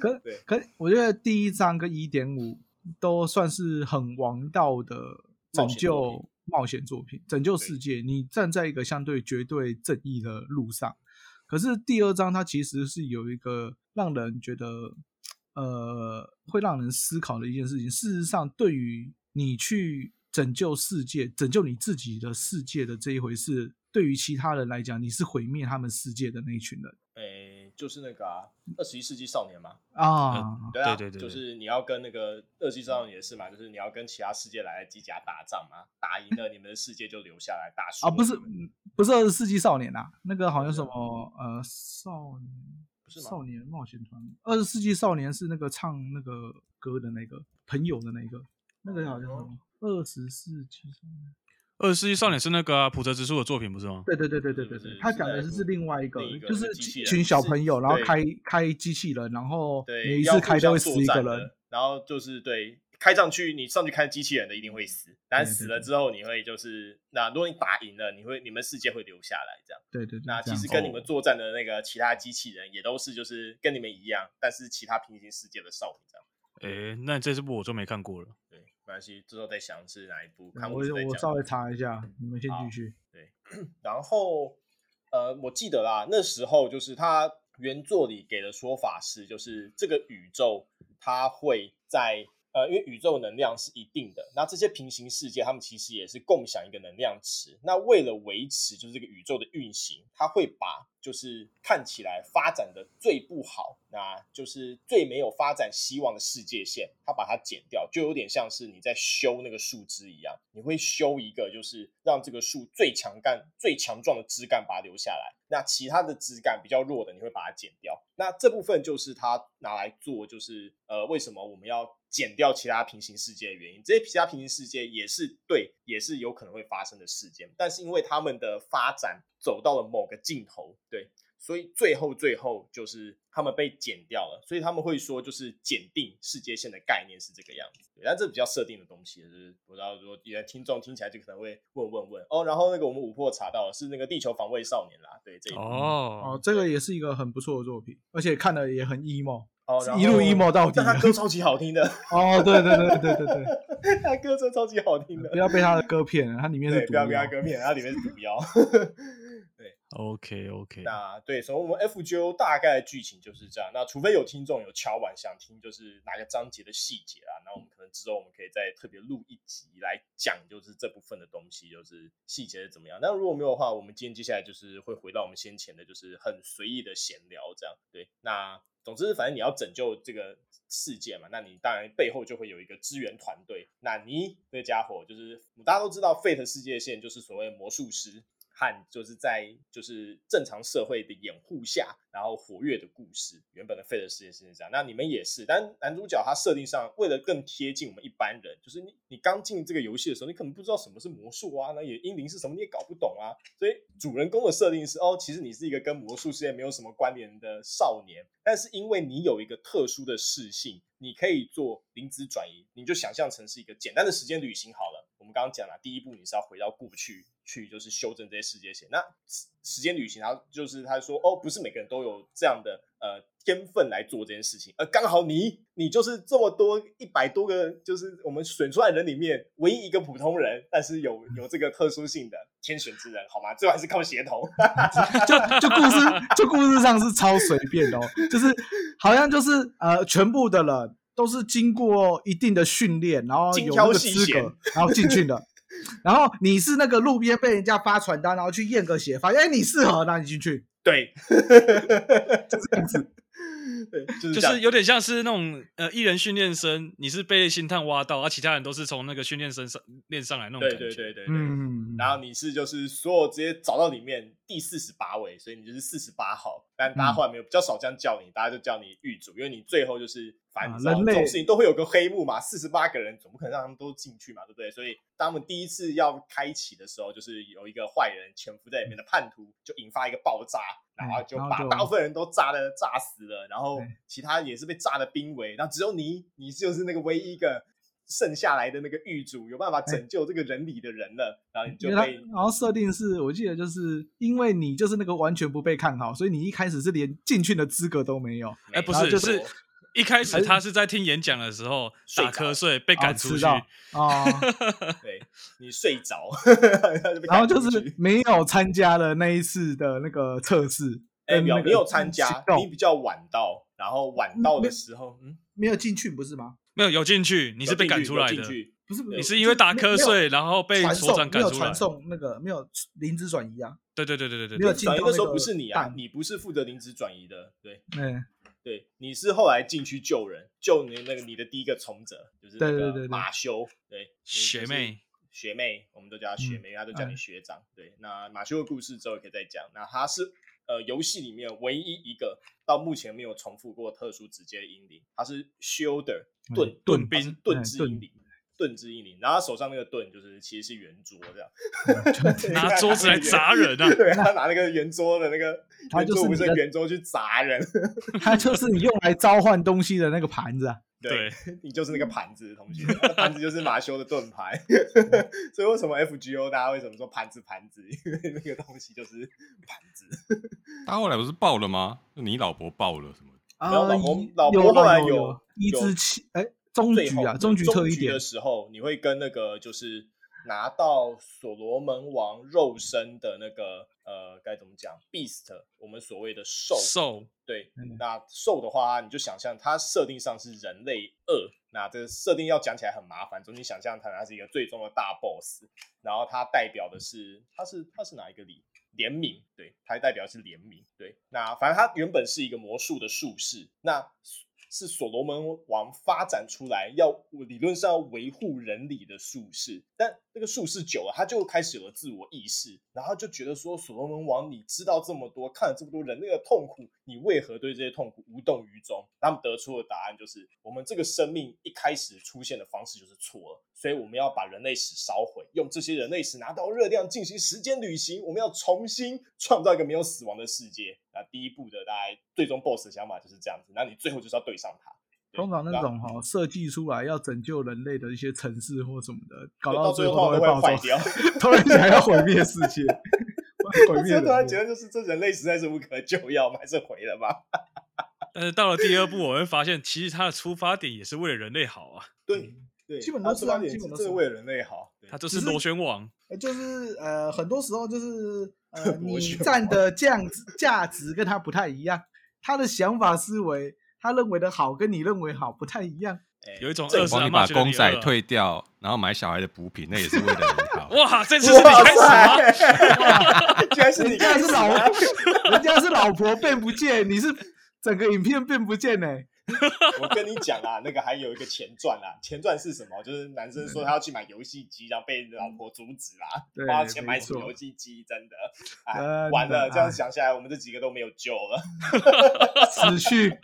可对可，我觉得第一章跟一点五都算是很王道的拯救冒险作品，拯救世界。你站在一个相对绝对正义的路上，可是第二章它其实是有一个让人觉得，呃，会让人思考的一件事情。事实上，对于你去拯救世界、拯救你自己的世界的这一回事，对于其他人来讲，你是毁灭他们世界的那一群人诶，就是那个啊，二十一世纪少年嘛，啊。对啊，对对对就对是你要跟那个二十一世纪少年也是嘛，就是你要跟其他世界来的机甲打仗嘛，打赢了你们的世界就留下来，打输啊，了不是你们嗯不是二十世纪少年啊，那个好像不是什啊么呃少年不是吗少？年冒险团，二十世纪少年是那个唱那个歌的那个朋友的那个，那个好像什哦么二十世纪少年，二十世纪少年是那个啊浦泽直树的作品不是吗？对对对对对不对是对，不他是讲的那是另外一个另一，个就那是个机器一人群小是朋友，然后对开开机器人，然后对，每一要次互开都相会死作一个战人的，然后就是对开上去，你上去看机器人的一定会死，但死了之后你会就是那如果你打赢了，你会你们世界会留下来这样。对对对，那嗯这其样哦实子跟你们作战的那个其他机器人也都是就是跟你们一样，但是其他平行世界的少女这样。诶，那这部我就没看过了。对，没关系，之后再想是哪一部，对看嗯我我再我讲。稍微查一下，你们先好继续。然后呃，我记得啦，那时候就是他原作里给的说法是，就是这个宇宙它会在呃，因为宇宙能量是一定的，那这些平行世界它们其实也是共享一个能量池。那为了维持就是这个宇宙的运行，它会把就是看起来发展的最不好，那就是最没有发展希望的世界线，它把它剪掉，就有点像是你在修那个树枝一样，你会修一个就是让这个树最强干、最强壮的枝干把它留下来，那其他的枝干比较弱的你会把它剪掉。那这部分就是它拿来做，就是呃，为什么我们要剪掉其他平行世界的原因。这些其他平行世界也是对，也是有可能会发生的事件，但是因为他们的发展走到了某个尽头，对，所以最后最后就是他们被剪掉了，所以他们会说就是检定世界线的概念是这个样子。对，但这比较设定的东西，就是我知道如果有些听众听起来就可能会问问问哦，然后那个我们五破查到了是那个地球防卫少年啦，对这一部哦哦，，这个也是一个很不错的作品，而且看了也很 emo。哦，是然后一路 emo 到底但他歌超级好听的， 哦，对对对对对对他歌真的超级好听 的对，不。要被他的歌骗了，它里面是对，毒不要不要药割面，它里面是毒药。 OK OK，那对，啊所以我们 F G O 大概的剧情就是这样。那除非有听众有敲完想听，就是哪个章节的细节啊，那我们可能之后我们可以再特别录一集来讲，就是这部分的东西，就是细节是怎么样。那如果没有的话，我们今天接下来就是会回到我们先前的，就是很随意的闲聊这样。对，那总之，反正你要拯救这个世界嘛，那你当然背后就会有一个支援团队。那你这家伙就是大家都知道，Fate 世界线就是所谓魔术师和就是在就是正常社会的掩护下，然后活跃的故事。原本的 Fate 世界线是这样，那你们也是，但男主角他设定上为了更贴近我们一般人，就是你你刚进这个游戏的时候，你可能不知道什么是魔术啊，那也英灵是什么你也搞不懂啊，所以主人公的设定是哦，其实你是一个跟魔术世界没有什么关联的少年，但是因为你有一个特殊的事性，你可以做灵子转移，你就想象成是一个简单的时间旅行好了。我们刚刚讲了，第一步你是要回到过去去，就是修正这些世界线。那时时间旅行，然后就是他说哦，不是每个人都有这样的呃天分来做这件事情，而刚好你你就是这么多一百多个，就是我们选出来的人里面唯一一个普通人，但是有有这个特殊性的天选之人，好吗？最后还是靠协同。就就故事就故事上是超随便的哦，就是好像就是呃，全部的人都是经过一定的训练，然后精有那挑个细资选格，然后进去的。然后你是那个路边被人家发传单，然后去验个血，发现哎你适合，那你进去。 对，就是这样子。对，就是这就样是有点像是那种呃艺人训练生，你是被星探挖到，而、啊其他人都是从那个训练生上练上来那种对感觉。对对对对。嗯，然后你是就是所有直接找到里面第四十八位，所以你就是四十八号。但嗯大家后来没有比较少这样叫你，大家就叫你狱主，因为你最后就是反啊人正这种类事情都会有个黑幕嘛，四十八个人总不可能让他们都进去嘛，对不对？所以当他们第一次要开启的时候，就是有一个坏人潜伏在里面的叛徒，就引发一个爆炸，然后嗯就然后把就大部分人都炸的炸死了，然后对其他也是被炸的濒危，然后只有你，你就是那个唯一一个剩下来的那个狱主，有办法拯救这个人里的人了，然后你就哎嗯因为他被然后设定是我记得就是因为你就是那个完全不被看好，所以你一开始是连进去的资格都没有。哎、不然是，后就是一开始他是在听演讲的时候睡打着瞌睡被赶哦出迟去，到啊，对你睡着， 就被然后赶就出是去没有参加了那一次的那个测试，哎，跟没有呃那个没有参行加，动你比较晚到，然后晚到的时候，嗯，没有进去不是吗？没有有进去，你你是被赶出来的。不是，不你是因为打瞌就是睡，然后没被有传所送，长没赶有出来传。送那个没有灵芝转 移啊，对对对对对没有对，进转到移那时候个不是你啊蛋，你不是负责灵子转移的，对哎嗯，对，你是后来进去救人，救你那个你的第一个从者就是对那对对个对马修，对，你学就是 妹学妹，我们都叫她嗯学妹，因为她都叫你学长。对，那马修的故事之后也可以再讲。那他是呃游戏里面唯一一个到目前没有重复过特殊直接的英灵，他是 Shielder 嗯盾盾他兵是盾嗯之盾英灵。盾之英灵，然后他手上那个盾就是其实是圆桌这样，！嗯拿桌子来砸人啊对他拿那个圆桌的那个，他圆就桌是不你是的 圆桌去砸人， 它就是你用来召唤东西的那个盘子啊，对，你就是嗯那个盘子的同学，那盘子就是马修的盾牌。嗯 所以为什么 FGO 大家为什么说盘子盘子？因为那个东西就是盘子。他后来不是爆了吗？就你老婆爆了什么？啊，后老婆一老婆有后来有有有一有至七，哎，中最局后啊，对中局特一局点的，时候，你会跟那个就是拿到所罗门王肉身的那个呃该怎么讲，Beast，我们所谓的兽瘦对嗯，那兽的话，你就想象它设定上是人类二，那这个设定要讲起来很麻烦，总之你想象它它是一个最终的大 boss，然后它代表的是它是它是哪一个里？怜悯，对，它代表是怜悯，对。那反正它原本是一个魔术的术士，那是所罗门王发展出来要理论上要维护人理的术士，但那个术士久了，他就开始有了自我意识，然后就觉得说所罗门王，你知道这么多，看了这么多人类的痛苦，你为何对这些痛苦无动于衷？他们得出的答案就是，我们这个生命一开始出现的方式就是错了，所以我们要把人类史烧毁，用这些人类史拿到热量进行时间旅行，我们要重新创造一个没有死亡的世界。那第一步的大概最终 BOSS 的想法就是这样子，那你最后就是要对上他。对通常那然后种哈设计出来要拯救人类的一些城市或什么的，搞对到哎到最最后后都会爆会坏炸，掉。 突然想要毁灭世 界， 毁我灭真突然人觉类。得，就是这人类实在是无可救药，我们还是回了吧。但是到了第二部，我会发现其实它的出发点也是为了人类好啊，对对，基本都是啊他出发点基本都是真的为了人类好。对它就是螺旋网。呃就是呃，很多时候就是呃，你 我选站的价值价值跟他不太一样，他的想法思维，他认为的好跟你认为好不太一样。哎有一种这二我十帮阿你妈把觉得公你仔饿了退掉，然后买小孩的补品，那也是为了你好。 哇，这次是你开始哇吗？塞 居然是你人家开是始老啊，婆，人家是老婆变不见，你是整个影片变不 见呢、 我跟你讲啦，那个还有一个前传啦，前传是什么？就是男生说他要去买游戏机，然后被老婆阻止啦，嗯对花钱买没什么错游戏机，真的，真哎，的完了，这样哎想下来，我们这几个都没有救了，死去。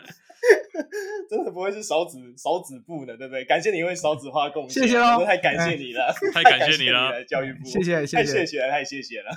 真的不会是少子少子部呢，对不对？感谢你为少子化贡献，谢谢咯哎真的太感谢你了，太感感谢你你了，，教育部，谢谢谢太谢谢谢了，太 谢谢了。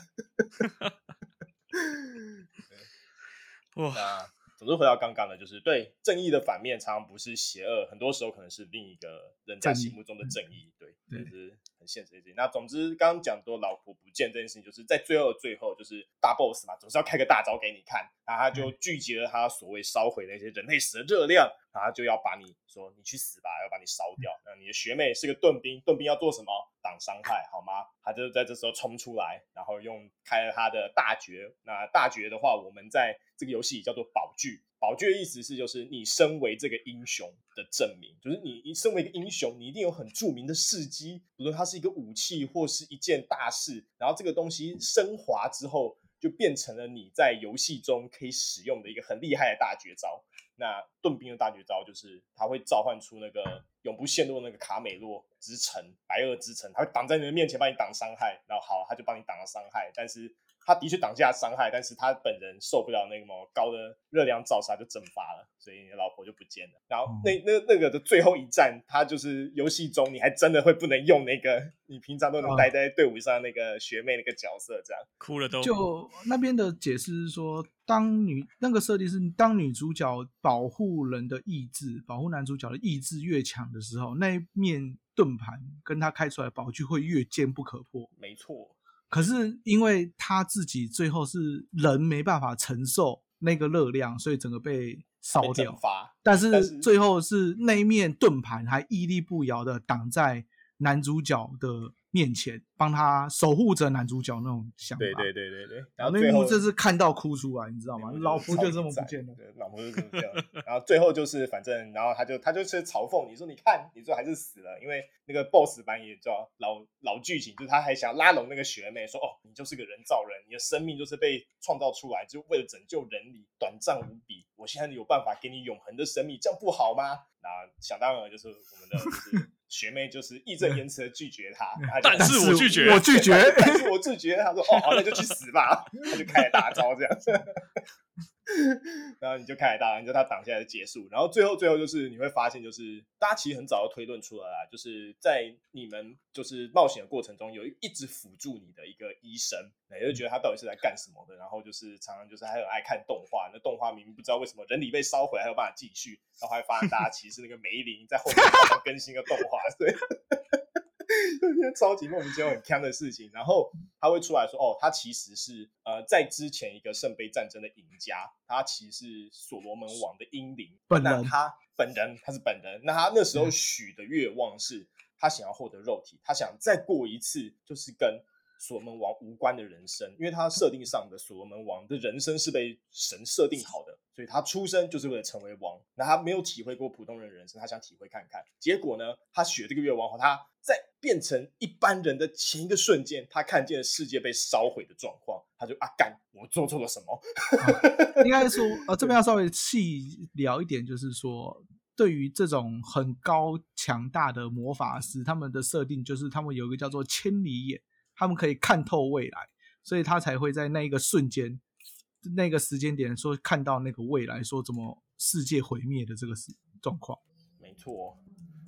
哇！那总之回到刚刚的，就是对正义的反面，常常不是邪恶，很多时候可能是另一个人家正义嗯心目中的正义，对，对就是很现实的事情。那总之刚刚讲多老婆不见这件事情，就是在最后的最后，就是大 boss 嘛，总是要开个大招给你看，然后他就聚集了他所谓烧毁那些人类史的热量，然后他就要把你说你去死吧，要把你烧嗯掉。那你的学妹是个盾兵，盾兵要做什么？挡伤害，好吗？他就在这时候冲出来，然后用开了他的大绝。那大绝的话，我们在这个游戏里叫做宝具。宝具的意思是，就是你身为这个英雄的证明，就是你你身为一个英雄，你一定有很著名的事迹，无论它是一个武器或是一件大事，然后这个东西升华之后，就变成了你在游戏中可以使用的一个很厉害的大绝招。那盾兵的大绝招就是他会召唤出那个永不陷落的那个卡美洛之城、白垩之城，他会挡在你的面前帮你挡伤害，然后好他就帮你挡了伤害，但是他的确挡下伤害，但是他本人受不了那么高的热量照射，他就蒸发了，所以你的老婆就不见了。然后哦那那那个的最后一战，他就是游戏中你还真的会不能用那个你平常都能啊待在队伍上的那个学妹那个角色这样。哭哦了都。就那边的解释是说，当女那个设定是，当女主角保护人的意志，保护男主角的意志越强的时候，那一面盾牌跟他开出来的宝具会越坚不可破。没错，可是因为他自己最后是人没办法承受那个热量，所以整个被被烧蒸掉。发。但但是是最后是那一面盾牌还屹立不摇的挡在男主角的面前，帮他守护着男主角那种想法。对对对对对，然然后后那最一幕后真是看到哭出来，你知道吗？老婆就这么不见了。对，老婆就这么不见了。然后最后就是反正，然后他就他就是嘲讽你说，你看，你最后还是死了，因为那个 BOSS 版也叫老老剧情，就是他还想拉拢那个学妹，说哦，你就是个人造人，你的生命就是被创造出来，就为了拯救人类，短暂无比。我现在有办法给你永恒的生命，这样不好吗？那想当然了就是我们的就是 学妹就是义正言辞的拒绝 他，他就但是我拒绝我拒 绝。但是我自觉，他说哦，好那就去死吧，他就开了大招这样。然后你就开始打，你就他挡下来就结束。然后最后最后就是你会发现，就是大家其实很早就推论出来了，就是在你们就是冒险的过程中，有一一直辅助你的一个医生，你就觉得他到底是在干什么的。然后就是常常就是还很爱看动画，那动画明明不知道为什么人体被烧毁还有办法继续，然后还发现大家其实那个梅林在后面帮忙更新个动画，对。这些超级莫名其妙很坑的事情，然后他会出来说，哦，他其实是呃在之前一个圣杯战争的赢家，他其实是所罗门王的英灵，本那人嗯他本人他是本人，那他那时候许的愿望是，他想要获得肉体，他想再过一次就是跟所罗门王无关的人生，因为他设定上的所罗门王的人生是被神设定好的，所以他出生就是为了成为王。那他没有体会过普通人的人生，他想体会看看。结果呢，他学这个愿望后，他在变成一般人的前一个瞬间，他看见了世界被烧毁的状况，他就啊干，我做错了什么？应该说，呃，这边要稍微细聊一点，就是说，对于这种很高强大的魔法师，他们的设定就是他们有一个叫做千里眼，他们可以看透未来，所以他才会在那一个瞬间、那个时间点说看到那个未来，说怎么世界毁灭的这个时状况。没错。哦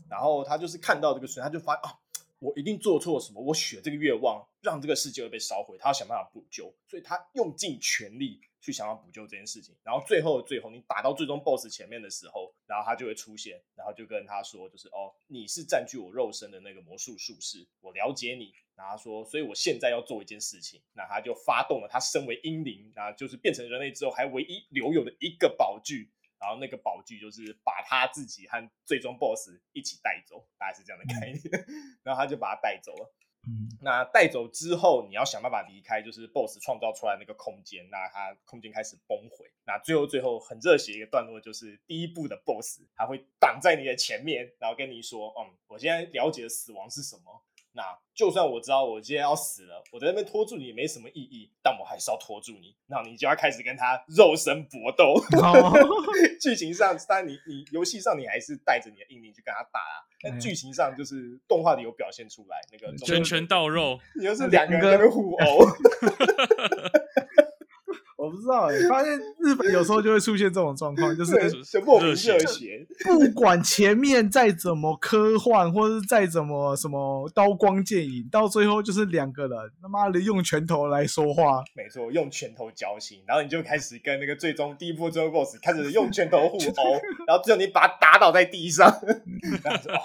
然后他就是看到这个瞬间，他就发现啊，我一定做错了什么，我许了这个愿望，让这个世界会被烧毁，他要想办法补救，所以他用尽全力去想要补救这件事情。然后最后最后，你打到最终 BOSS 前面的时候，然后他就会出现，然后就跟他说，就是哦，你是占据我肉身的那个魔术术士，我了解你。然后他说，所以我现在要做一件事情，那他就发动了他身为英灵，然后就是变成人类之后还唯一留有的一个宝具，然后那个宝具就是把他自己和最终 BOSS 一起带走，大概是这样的概念。 然后他就把他带走了。 嗯，那带走之后，你要想办法离开，就是 BOSS 创造出来那个空间，那它空间开始崩毁。那最后最后很热血一个段落，就是第一部的 BOSS 他会挡在你的前面，然后跟你说：“嗯，我现在了解死亡是什么。那就算我知道我今天要死了，我在那边拖住你也没什么意义，但我还是要拖住你。那你就要开始跟他肉身搏斗。好， 剧情上，当然你你游戏上你还是带着你的英灵去跟他打啊，但嗯剧情上就是动画里有表现出来那个拳拳到肉，你又是两嗯两个个人在那边互殴， 我不知道、欸，发现日本有时候就会出现这种状况，就是 对，就莫名热血热血，不管前面再怎么科幻，或者是再怎么什么刀光剑影，到最后就是两个人他妈的用拳头来说话，没错，用拳头交心，然后你就开始跟那个最终第一波最后 BOSS 开始用拳头互殴，然后最后你把他打倒在地上，然后说哦，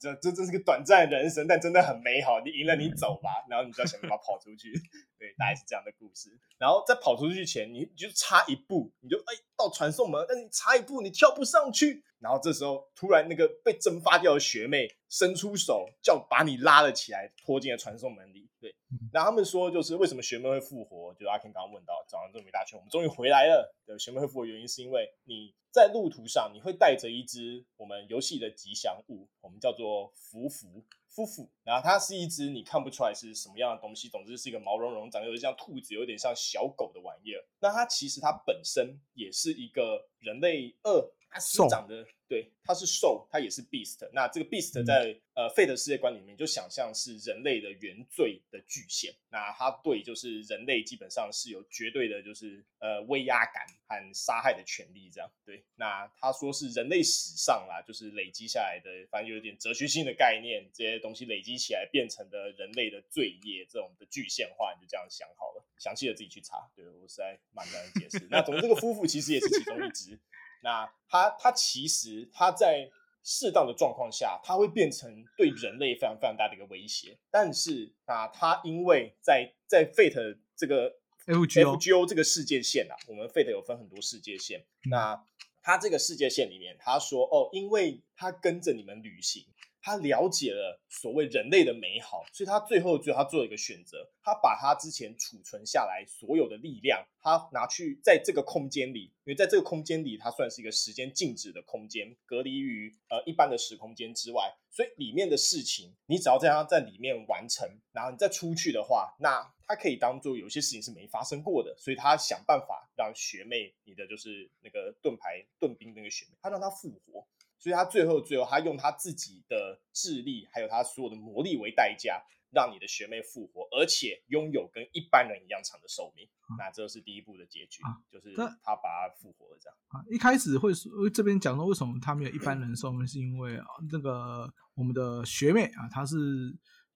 这这这是个短暂的人生，但真的很美好。你赢了，你走吧，然后你就要想办法跑出去。 对，大概是这样的故事。然后在跑出去前，你就差一步，你就哎到传送门，但你差一步你跳不上去。然后这时候突然那个被蒸发掉的学妹伸出手，叫把你拉了起来，拖进了传送门里。对，然后他们说，就是为什么学妹会复活？就是阿 Ken 刚刚问到，早上这么一大圈，我们终于回来了。对，学妹会复活的原因是因为你在路途上，你会带着一只我们游戏的吉祥物，我们叫做福福夫妇。然后它是一只你看不出来是什么样的东西，总之是一个毛茸茸、长得有点像兔子、有点像小狗的玩意儿。那它其实它本身也是一个人类二。它是兽长的，对，它是兽，它也是 beast。那这个 beast 嗯在、呃 Fate 的世界观里面，就想象是人类的原罪的巨献。那它对就是人类基本上是有绝对的，就是呃威压感和杀害的权利。这样对。那他说是人类史上啦，就是累积下来的，反正有点哲学性的概念，这些东西累积起来变成的人类的罪业这种的具现化，你就这样想好了。详细的自己去查，对我实在蛮难解释。那总之，这个夫妇其实也是其中一只。那它它其实它在适当的状况下，它会变成对人类非常非常大的一个威胁。但是啊，它因为在在 Fate 这个 FGO FGO 这个世界线啊，我们 Fate 有分很多世界线。那它这个世界线里面，他说哦，因为他跟着你们旅行，他了解了所谓人类的美好，所以他最后最后他做了一个选择，他把他之前储存下来所有的力量，他拿去在这个空间里，因为在这个空间里，它算是一个时间静止的空间，隔离于呃一般的时空间之外，所以里面的事情，你只要在它在里面完成，然后你再出去的话，那它可以当做有些事情是没发生过的，所以他想办法让学妹，你的就是那个盾牌盾兵那个学妹，他让她复活，所以他最后最后，他用他自己的智力还有他所有的魔力为代价，让你的学妹复活，而且拥有跟一般人一样长的寿命。那这是第一部的结局，啊就是那他把他复活了这样。啊，一开始会说呃这边讲说为什么他没有一般人寿命，是因为啊那个我们的学妹啊，她是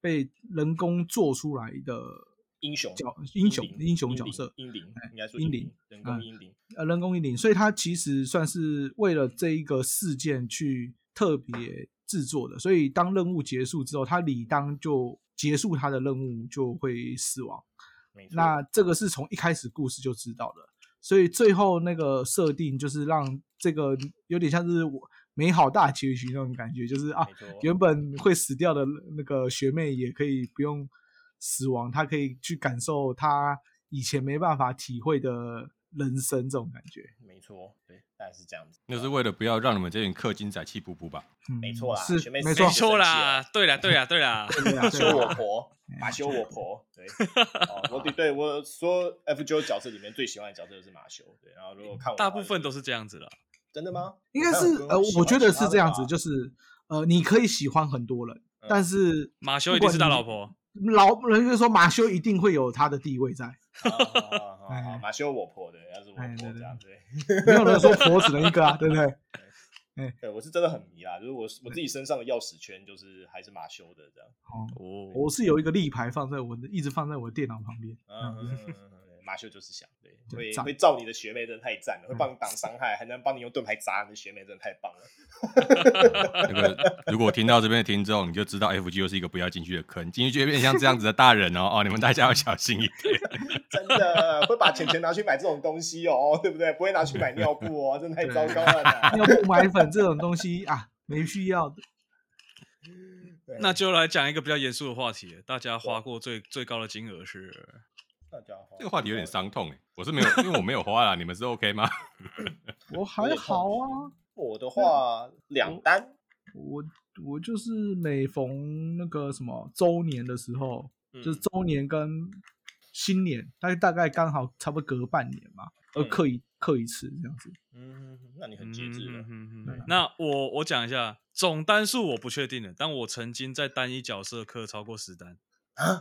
被人工做出来的英雄角英雄灵英雄角灵色，英灵哎应该说英英灵灵，人工嗯英灵。呃，人工引领，所以他其实算是为了这一个事件去特别制作的。所以当任务结束之后，他理当就结束他的任务，就会死亡。没错那这个是从一开始故事就知道的，所以最后那个设定就是让这个有点像是我美好大结局那种感觉，就是啊没错，原本会死掉的那个学妹也可以不用死亡，她可以去感受她以前没办法体会的人生这种感觉。没错，对，大概是这样子。那是为了不要让你们这群氪金仔气噗噗吧？嗯、没错啦是学妹没死错没了，错啦，对啦，对啦，对啦，对啊对修我啊婆，马修我婆， 对，哦，我对对我所有 F 九角色里面最喜欢的角色就是马修，对，然后如果看我的话大部分都是这样子了。真的吗？应该我是看很多人呃，喜我欢觉得其他是的这样吧嗯子，就是呃，你可以喜欢很多人，但是马修不一定管是大你老婆，老人就说马修一定会有他的地位在，好好好好好哎马修我婆，对，要是我哎婆对这样，对，没有人说佛只能一个啊，对不对？对我是真的很迷啦，就是我我自己身上的钥匙圈就是还是马修的这样， 哦，哦，我是有一个立牌放在我的，一直放在我的电脑旁边。嗯，嗯嗯，嗯嗯嗯马修就是想，对，对会赞会照你的学妹，真的太赞了，会帮你挡伤害，还能帮你用盾牌砸你的学妹，真的太棒了。那个，如果听到这边的听众，你就知道 F G O 是一个不要进去的坑，进去就会变成像这样子的大人哦哦，你们大家要小心一点。真的会把钱钱拿去买这种东西哦，对不对？不会拿去买尿布哦，真的太糟糕了 啦。要不买粉这种东西啊，没必要的。对那就来讲一个比较严肃的话题了，大家花过最最高的金额是？那就要花这个话题有点，伤痛哎，我是没有，因为我没有花啦，你们是 OK 吗？我还好啊，我的话两单，我我就是每逢那个什么周年的时候，嗯就是周年跟新年，大大概刚好差不多隔半年嘛，要嗯刻一刻一次这样子。嗯，那你很嗯节制的嗯，嗯嗯对嗯那我我讲一下，总单数我不确定的，但我曾经在单一角色氪超过十单，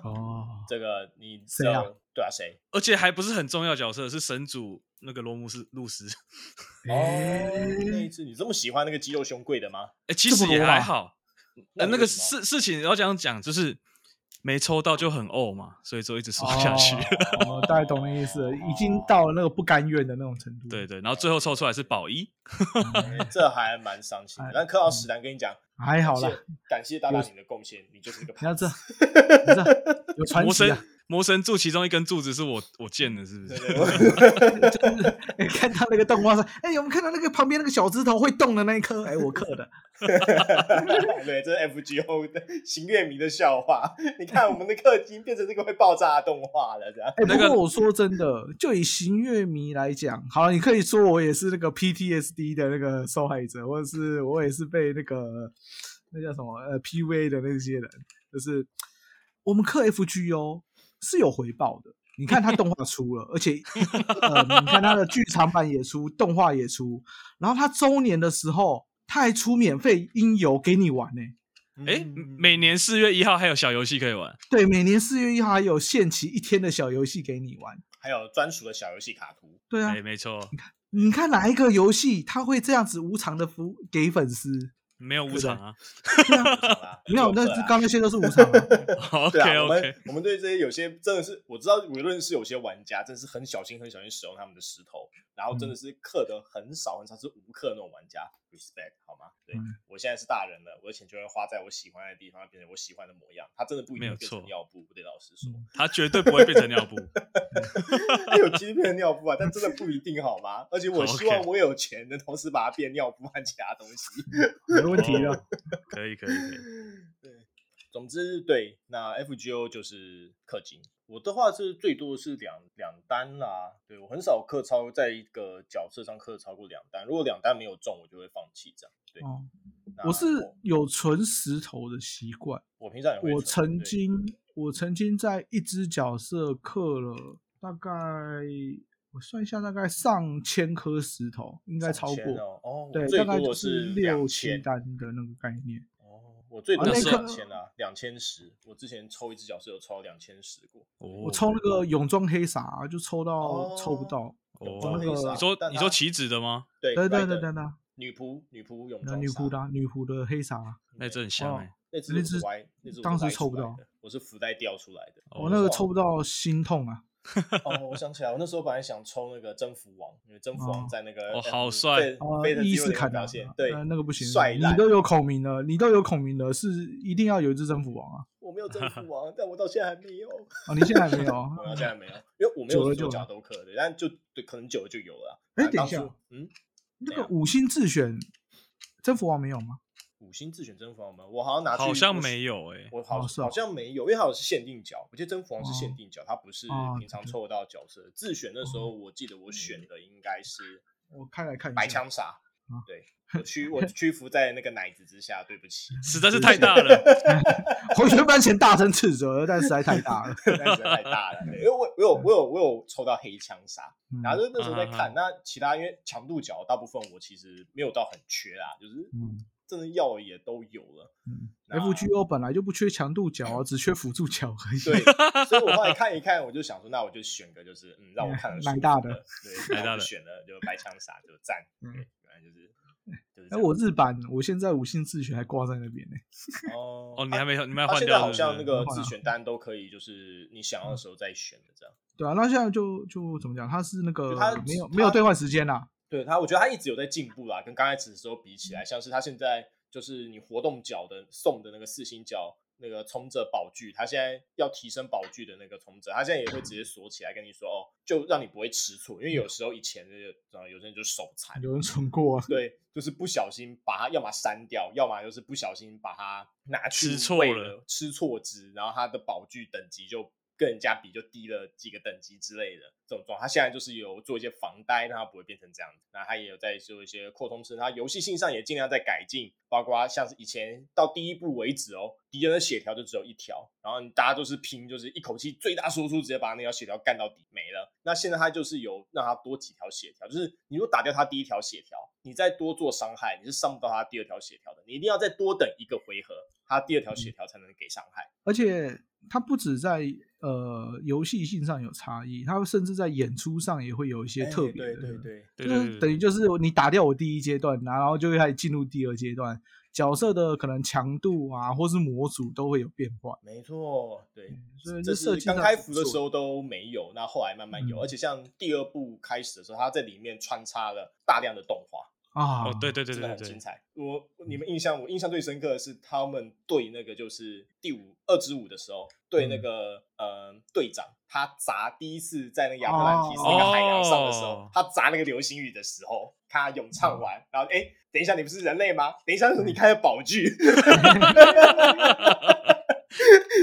哦，这个你知谁啊道？对啊，谁？而且还不是很重要角色，是神主那个罗姆斯路斯。哦，那一次你这么喜欢那个肌肉胸贵的吗？哎、其这实么也多还吗好。那呃，你那为个什么事事情要这样讲，就是没抽到就很怄嘛，所以就一直刷下去。哦，大概懂意思了，已经到了那个不甘愿的那种程度。 对对，然后最后抽出来是宝一，嗯，这还蛮伤心的。但柯老师丹跟你讲，还哎嗯好啦，感谢，感谢大大你的贡献，你就是一个你要胖这， 子。你这有传魔奇神啊！魔神柱其中一根柱子是我我建的，是不 对是？对 对你哎看他那个动画上，哎、我们看到那个旁边那个小枝头会动的那一颗，哎、我刻的。对，这是 FGO 的行月迷的笑话。你看我们的氪金变成这个会爆炸的动画了，这样。哎、那个不过我说真的，就以行乐迷来讲，好了，你可以说我也是那个 PTSD 的那个受害者，或者是我也是被那个那叫什么呃 PV 的那些人，就是我们克 FGO 是有回报的。你看他动画出了，而且、 呃、你看他的剧场版也出，动画也出，然后他周年的时候他还出免费音游给你玩呢、哎、嗯每年四月一号还有小游戏可以玩，对，每年四月一号还有限期一天的小游戏给你玩。还有专属的小游戏卡图，对啊哎、，没错，你看哪一个游戏它会这样子无偿的服务给粉丝？没有无对的偿啊。 对啊没有， 那刚那些都是无偿、啊。对 OK 啊，我 OK，们我们对这些有些真的是，我知道无论是有些玩家，真是很小心很小心使用他们的石头，然后真的是氪的很少很少，是无氪的那种玩家，respect 好吗？对、嗯我现在是大人了，我的钱就会花在我喜欢的地方，变成我喜欢的模样，他真的不一定没有会变成错嗯尿布，我得老实说， 哎他绝对不会变成尿布。他有机会变成尿布啊，但真的不一定好吗？而且我 好希望 OK 我有钱能同时把它变尿布和其他东西。 没问题了哦，可以可以可以。总之，对，那 FGO 就是氪金。我的话是最多是两两单啦，对我很少氪超在一个角色上氪超过两单，如果两单没有中，我就会放弃这样。对，哦，那我是我有存石头的习惯。我平常也会我存曾对经，我曾经在一只角色刻了大概，我算一下，大概上千颗石头，应该上超千过。哦，哦我对，最大概多就的是六七千单的那个概念。哦，我最多那是时候两千啊，两千十。我之前抽一只角色有抽到两千十过，我我抽那个泳装黑傻啊、就抽到、抽哦不到，装那黑个傻哦你说但你他说棋子的吗？对对对 Raiden，对对对，女仆女仆泳那装女傻仆的啊、女仆的黑傻啊，那真的很香哦哎、那只那我是只歪，那只我当是时歪抽不出来到的，我是福袋掉出来的。我、那个哦哇抽不到心痛啊，哦，我想起来，我那时候本来想抽那个征服王，因为征服王哦在那个哦 F- 好帅对哦飞的伊肌肉斯的坎表啊现，对呃，那个不行，帅你烂都有孔明了，你都有孔明了，是一定要有一只征服王啊！我没有征服王，但我到现在还没 有，？哦，你现在还没有啊 我到现在还没有，因为我没久有了做久了角斗客的，但就对，可能久了就有了啊。哎啊等一当下初嗯，那个五星自选征服王没有吗？五星自选征服王吗？我好像拿去，好像没，有哎、我好哦是哦好像没有，因为它好像是限定角，我记得征服王是限哦定角，它不是哦平常对对哦嗯抽得到的角色。自选那时候，我记得我选的应该是我开来看一下。白枪傻嗯， 对我屈我屈服在那个奶子之下，对不起，实在是太大了。回旋班前大声斥责，但实在太大 了。那实在太大了。对因为我我有我有我有抽到黑枪杀，嗯然后那时候在看嗯。那其他因为强度角大部分我其实没有到很缺啦，就是嗯真的药也都有了。嗯那 FGO 本来就不缺强度角啊，只缺辅助角而已。对，所以我后来看一看，我就想说，那我就选个就是嗯，让我看了蛮舒服大的的，对，蛮然后大我的就选了就白枪杀就赞，对嗯，反正就是就是这哎，样。我日版，我现在五星自选还挂在那边呢。哦哦，你还没有，你们他还换现在掉好是不像是那个换啊自了选单都可以，就是你想要的时候再选的这样。对啊，那现在就就怎么讲？它是那个就它没有它没有兑换时间啦。对他，我觉得他一直有在进步啦，跟刚开始的时候比起来，像是他现在就是你活动角的送的那个四星角那个冲着宝具，他现在要提升宝具的那个冲着，他现在也会直接锁起来跟你说哦，就让你不会吃醋，因为有时候以前就是呃有些人就手残，有人存过啊，对，就是不小心把它要么删掉，要么就是不小心把它拿去吃错喂了了，吃错值，然后它的宝具等级就跟人家比就低了几个等级之类的这种状况。它现在就是有做一些防呆，让它不会变成这样子。那它也有在做一些扩充式，它游戏性上也尽量在改进，包括像是以前到第一步为止哦，敌人的血条就只有一条，然后你大家都是拼，就是一口气最大输出，直接把那条血条干到底没了。那现在它就是有让它多几条血条，就是你如果打掉它第一条血条，你再多做伤害，你是伤不到它第二条血条的，你一定要再多等一个回合，它第二条嗯血条才能给伤害。而且它不止在呃游戏性上有差异，它甚至在演出上也会有一些特别的。哎就对，对对是对，等于就是你打掉我第一阶段，然后就会开始进入第二阶段，角色的可能强度啊，或是模组都会有变化。没错，对。所以嗯这这嗯设是计刚上开不服的错时候都没有，那后来慢慢有，嗯而且像第二部开始的时候，它在里面穿插了大量的动画，啊，哦，对对对真的对很对精对，彩。我你们印象，我印象最深刻的是他们对那个就是第五二之五的时候，对嗯那个、呃队长，他砸第一次在那个亚特兰提斯哦那个海洋上的时候，哦嗯他砸那个流星雨的时候，他咏唱完，然后哎，诶等一下你不是人类吗？等一下是你开的宝 具。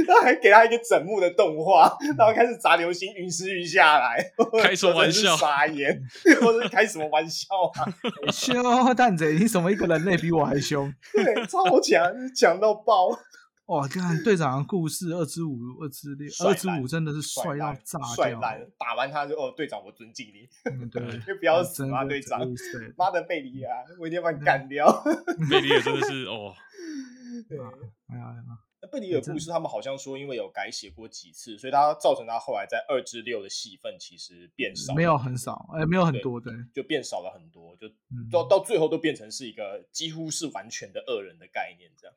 然后还给他一个整幕的动画，然后开始砸流星，陨石雨下来，开什么玩笑我真的是傻眼，或者开什么玩笑啊？凶蛋贼，你怎么一个人类比我还凶？对，超强，强到爆，哇，看队长的故事，二之五、二之六、帅二之烂五真的是帅到烂炸帅掉。烂，打完他就哦，队长，我尊敬 你，嗯对，就不 要死真啊，的队长真，的嗯是妈的贝里亚，我一定要把你干 掉。魅力也真的是哦，对，哎呀，哎呀那贝里尔故事他们好像说，因为有改写过几次，所以他造成他后来在二至六的戏份其实变少，没有很少，哎，没有很多，对，就变少了很多，就嗯，到到最后都变成是一个几乎是完全的恶人的概念，这样。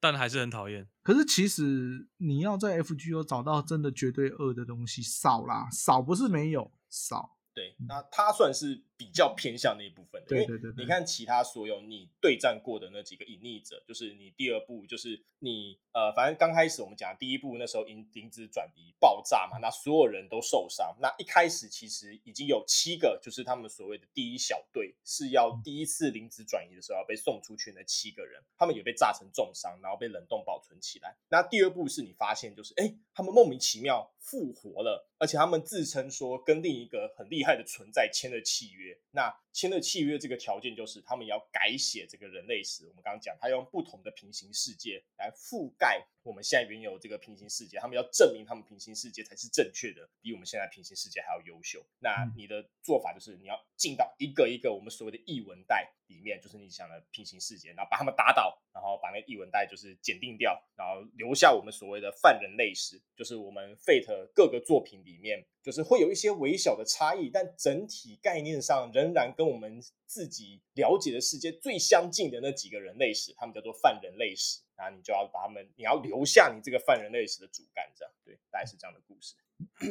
但还是很讨厌。可是其实你要在 FGO 找到真的绝对恶的东西少啦，少不是没有，少。对，那他算是比较偏向那一部分的，对嗯因为对对对你看其他所有你对战过的那几个隐匿者，就是你第二部就是你呃，反正刚开始我们讲第一部那时候银银子转移爆炸嗯嘛，那所有人都受伤。那一开始其实已经有七个，就是他们所谓的第一小队是要嗯第一次灵子转移的时候要被送出去的那七个人，他们也被炸成重伤，然后被冷冻保存起来。那第二步是你发现就是，哎，他们莫名其妙复活了，而且他们自称说跟另一个很厉害的存在签了契约。那签了契约这个条件就是他们要改写这个人类史。我们刚刚讲，他用不同的平行世界来覆盖我们现在原有这个平行世界，他们要证明他们平行世界才是正确的，比我们现在平行世界还要优秀。那嗯你的做法就是你要进到一个一个我们所谓的译文带里面，就是你想的平行世界，然后把他们打倒，然后把党内一文带就是检定掉，然后留下我们所谓的犯人类史，就是我们 Fate 各个作品里面，就是会有一些微小的差异，但整体概念上仍然跟我们自己了解的世界最相近的那几个人类史，他们叫做犯人类史。那你就要把他们，你要留下你这个犯人类史的主干，这样对，大概是这样的故事。 哎、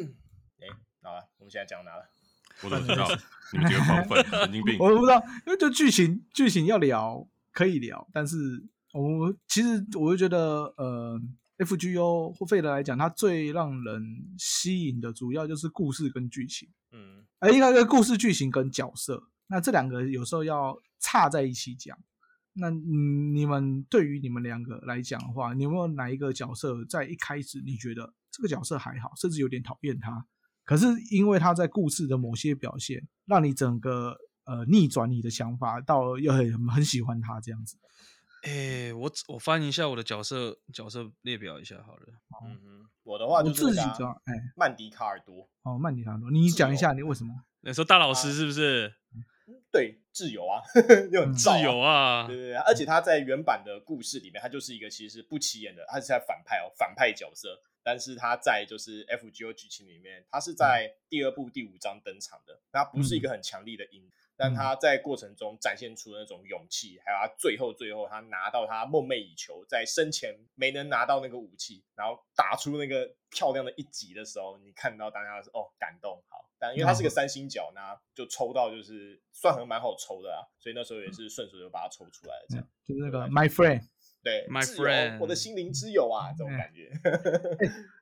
好了，我们现在讲哪了？我怎么知道？你们几个狂粉，啊神经病！我不知道，因为就剧情剧情要聊可以聊，但是我其实我就觉得，呃，F G O 或费德来讲，它最让人吸引的主要就是故事跟剧情，嗯，而一个个故事剧情呃跟角色，那这两个有时候要岔在一起讲。那嗯你们对于你们两个来讲的话，你有没有哪一个角色在一开始你觉得这个角色还好，甚至有点讨厌他，可是因为他在故事的某些表现，让你整个呃逆转你的想法，到又很很喜欢他这样子。哎，我我翻一下我的角色角色列表一下好了。嗯哼，我的话我就是自那己个啊知道，哎、曼迪卡尔多，哦，曼迪塔罗，你讲一下你为什么？那时候大老师是不是对，挚友啊， 就很嗯自自由啊对？对对，而且他在原版的故事里面，他就是一个其实不起眼的，他是在反派哦，反派角色。但是他在就是 F G O 剧情里面，他是在第二部第五章登场的，他不是一个很强力的英，但他在过程中展现出那种勇气，还有他最后最后他拿到他梦寐以求，在生前没能拿到那个武器，然后打出那个漂亮的一击的时候，你看到大家是哦感动好，但因为他是嗯个三星角呢，就抽到就是算很蛮好抽的啊，所以那时候嗯也是顺手就把它抽出来了，这样。就是那对个 My Friend，对 My 挚友我的 friend 心灵之友啊，嗯这种感觉。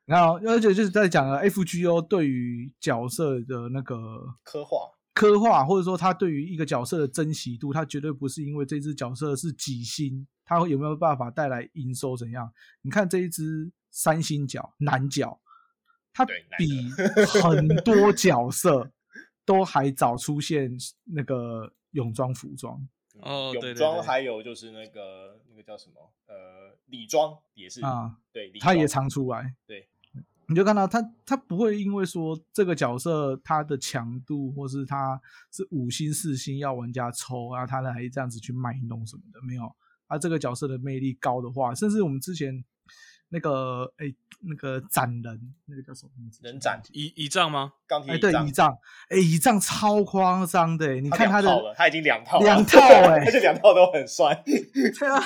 然后而且就是在讲了 F G O 对于角色的那个刻画，刻画，或者说他对于一个角色的珍惜度，他绝对不是因为这只角色是几星，他有没有办法带来营收怎样？你看这一只三星角男角，他对男的比很多角色都还早出现那个泳装服装，嗯哦对泳对装对还有就是那个那个叫什么呃礼装也是啊，对，礼他也装常出来。对，你就看到他，他不会因为说这个角色他的强度，或是他是五星四星要玩家抽啊，他还这样子去卖弄什么的，没有。啊，这个角色的魅力高的话，甚至我们之前那个哎、那个斩人，那个叫什么名字？人斩一一仗吗？钢铁哎、一对，丈乙仗，哎、乙仗超夸张的、你他看两他的套了他已经两套了两套哎、而且两套都很帅， 对啊，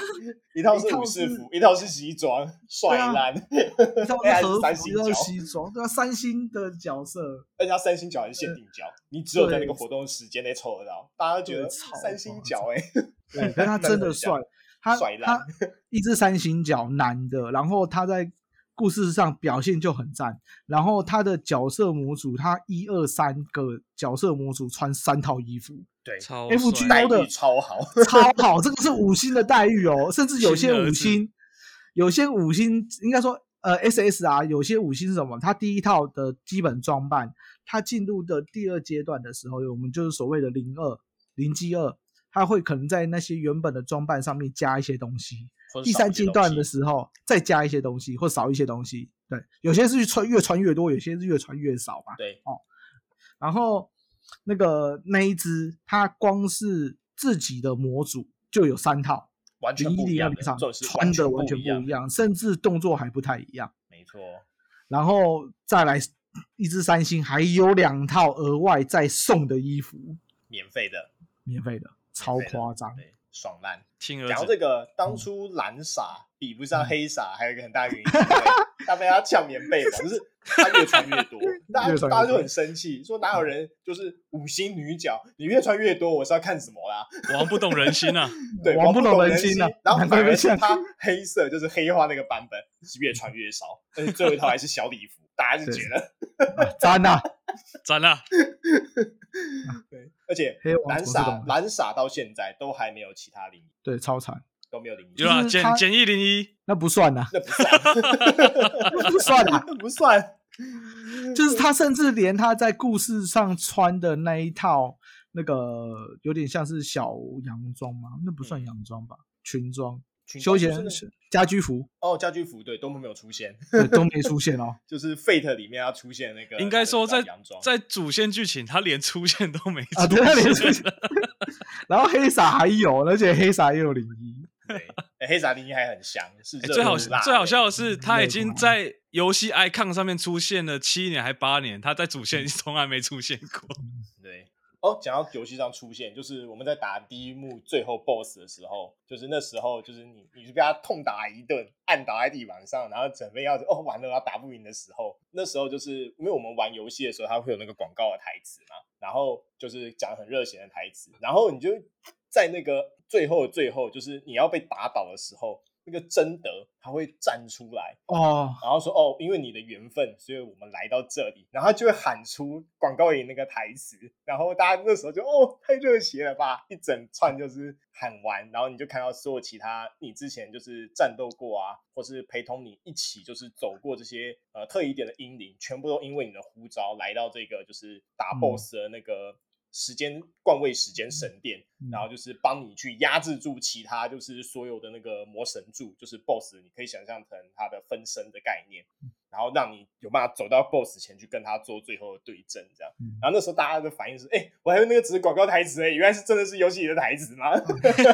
一套一是套武士是服，一套是西装，帅对啊烂。一套 哎还是和三服，星一套是，角西装，对啊，三星的角色，而且他三星角还是限定角，你只有在那对个活动时间内抽得到。大家觉得对超三星角哎，对， 但他真的帅，他帅烂 他一只三星角男的，然后他在故事上表现就很赞，然后他的角色模组，他一二三个角色模组穿三套衣服，对超 F 帅 G 待 O 的遇超好， 超好，这个是五星的待遇哦，甚至有些亲五儿 子星，有些五星应该说呃 SSR 有些五星是什么？它第一套的基本装扮，它进入的第二阶段的时候，我们就是所谓的零二零基二，它会可能在那些原本的装扮上面加一些东西，第三阶段的是时候再加一些东西或少一些东西。对，有些是穿越穿越多，有些是越穿越少嘛。对然后那个那一只，它光是自己的模组就有三套，完全零一不一零二样零的，上这种是穿的完全不不样一，样，甚至动作还不太一样。没错。然后再来一只三星，还有两套额外再送的衣服，免费的，免费的，超免费的夸张。对，爽烂。嗯亲儿讲到子这个，当初蓝傻比不上黑傻，还有一个很大原因是 因为他被他抢棉被嘛，就是他越穿越多，大越穿家越多大家就很生气，说哪有人就是五星女角，你越穿越多，我是要看什么啦？王不懂人心啊！对，王王不懂懂人人心啊然后难怪反被而是呛他黑色，就是黑化那个版本，是越穿越少，而且最后一套还是小礼服，大家就觉得赞 呐、斩了，对，而且黑王蓝总是懂傻的蓝傻到现在都还没有其他零一，对，超惨，都没有零一，有啦，就是减他减一零一，那不算呐、啊那不算， 那不算啊，不算。就是他甚至连他在故事上穿的那一套那个有点像是小洋装吗？那不算嗯洋装吧，裙装、群休众闲就是那家居 服，哦，家居服对都没有出现，对，都没出现 哦。就是 Fate 里面要出现那个，应该说在洋装，在主线剧情他连出现都没出啊 对他连出现现然后黑傻还有，而且黑傻也有零一，对，哎、哎黑撒尼还很强，是欸热最好度辣最好的笑的是，他已热经狗在游戏 icon 上面出现了七年还八年，他在主线 从来没出现过。对。哦，讲到游戏上出现，就是我们在打第一幕最后 BOSS 的时候，就是那时候，就是你你是被他痛打一顿，按倒在地板上，然后准备要哦完了，要打不赢的时候，那时候就是因为我们玩游戏的时候，它会有那个广告的台词嘛，然后就是讲很热血的台词，然后你就在那个最后的最后，就是你要被打倒的时候，那个贞德他会站出来，哦，然后说哦，因为你的缘分，所以我们来到这里。然后他就会喊出广告里那个台词，然后大家那时候就哦，太热血了吧！一整串就是喊完，然后你就看到所有其他你之前就是战斗过啊，或是陪同你一起就是走过这些呃特异点的英灵，全部都因为你的呼召来到这个就是打嗯 BOSS 的那个时间冠位时间神殿。嗯然后就是帮你去压制住其他就是所有的那个魔神柱，就是 BOSS，你可以想象成它的分身的概念，嗯然后让你有办法走到 BOSS 前去跟他做最后的对阵，这样嗯。然后那时候大家的反应是，哎、我还以为那个只是广告台词而已，原来是真的是游戏里的台词吗？ 嗯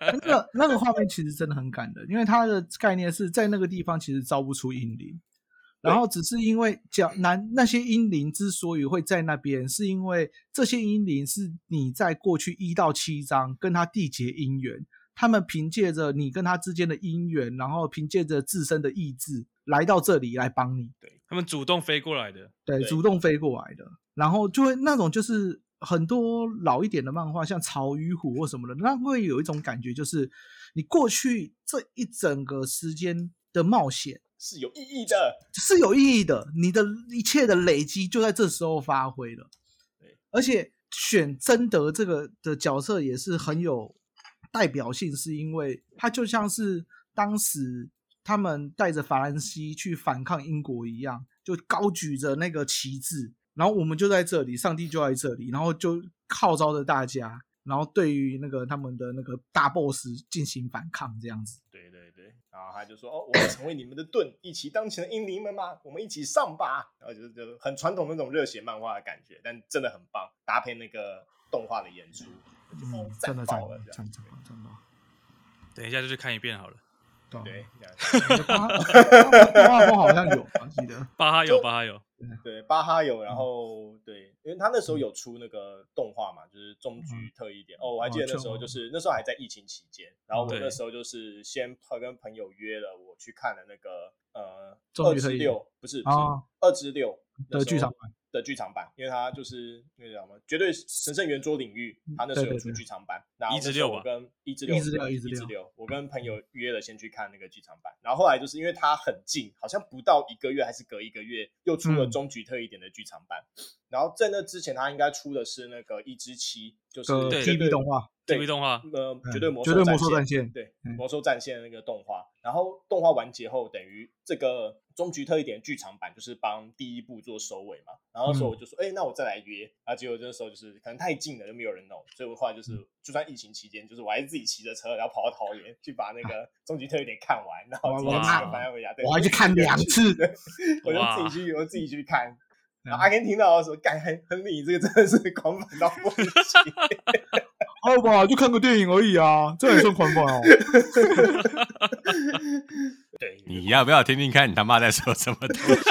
那个那个画面其实真的很感人，因为它的概念是在那个地方其实招不出英灵，然后只是因为讲男那些英灵之所以会在那边，是因为这些英灵是你在过去一到七章跟他缔结姻缘，他们凭借着你跟他之间的姻缘，然后凭借着自身的意志来到这里来帮你，他们主动飞过来的，对，对主动飞过来的，然后就会那种就是很多老一点的漫画，像《潮与虎》或什么的，那会有一种感觉，就是你过去这一整个时间的冒险是有意义的，是有意义的，你的一切的累积就在这时候发挥了对。而且选贞德这个的角色也是很有代表性，是因为他就像是当时他们带着法兰西去反抗英国一样，就高举着那个旗帜，然后我们就在这里，上帝就在这里，然后就号召着大家，然后对于那个他们的那个大 boss 进行反抗，这样子。对对对，然后他就说：“哦，我们成为你们的盾，一起当前的英灵们吧，我们一起上吧。”然后就是就是很传统那种热血漫画的感觉，但真的很棒，搭配那个动画的演出，我就哦嗯，赞真的赞爆了这赞样。赞赞赞等一下就去看一遍好了。赞，对，这样巴哈风好像有吧，记得。巴哈有，巴哈有，对，巴哈有，嗯然后对，因为他那时候有出那个动画嘛，就是终嗯局特异点。哦，我还记得那时候就是那时候还在疫情期间，然后我对那时候就是先跟朋友约了，我去看了那个呃终二局之特异六，不是哦二之六那的时剧候场版的剧场版，因为他就是那个叫什么绝对神圣圆桌领域，他那时候有嗯对对出对剧场版，然后一至那时候六我吧跟一至一六至六对一一至至六六，我跟朋友约了先去看那个剧场版，然后后来就是因为它很近，好像不到一个月还是隔一个月又出了嗯终局特一点的剧场版，然后在那之前他应该出的是那个一至七，就是个对绝 TV 动画，对 TV 动画呃嗯绝对魔绝对魔兽兽战线线对嗯魔兽战线的那个动画，然后动画完结后，等于这个终局特一点剧场版就是帮第一部做收尾嘛。然后那时候我就说，哎、那我再来约。然后结果那时候就是可能太近了，就没有人弄，所以我后来就是，就算疫情期间，就是我还是自己骑着车，然后跑到桃园去把那个终局特一点看完，然后直接哇吃个饭回家。对我还去看两次对我就哇自己去，我自己去看。然后阿 Ken 听到的时候，干亨亨利，你这个真的是狂粉到不行。好吧，哦就看个电影而已啊，这也算狂欢哦。对，你要不要听听看你他妈在说什么东西？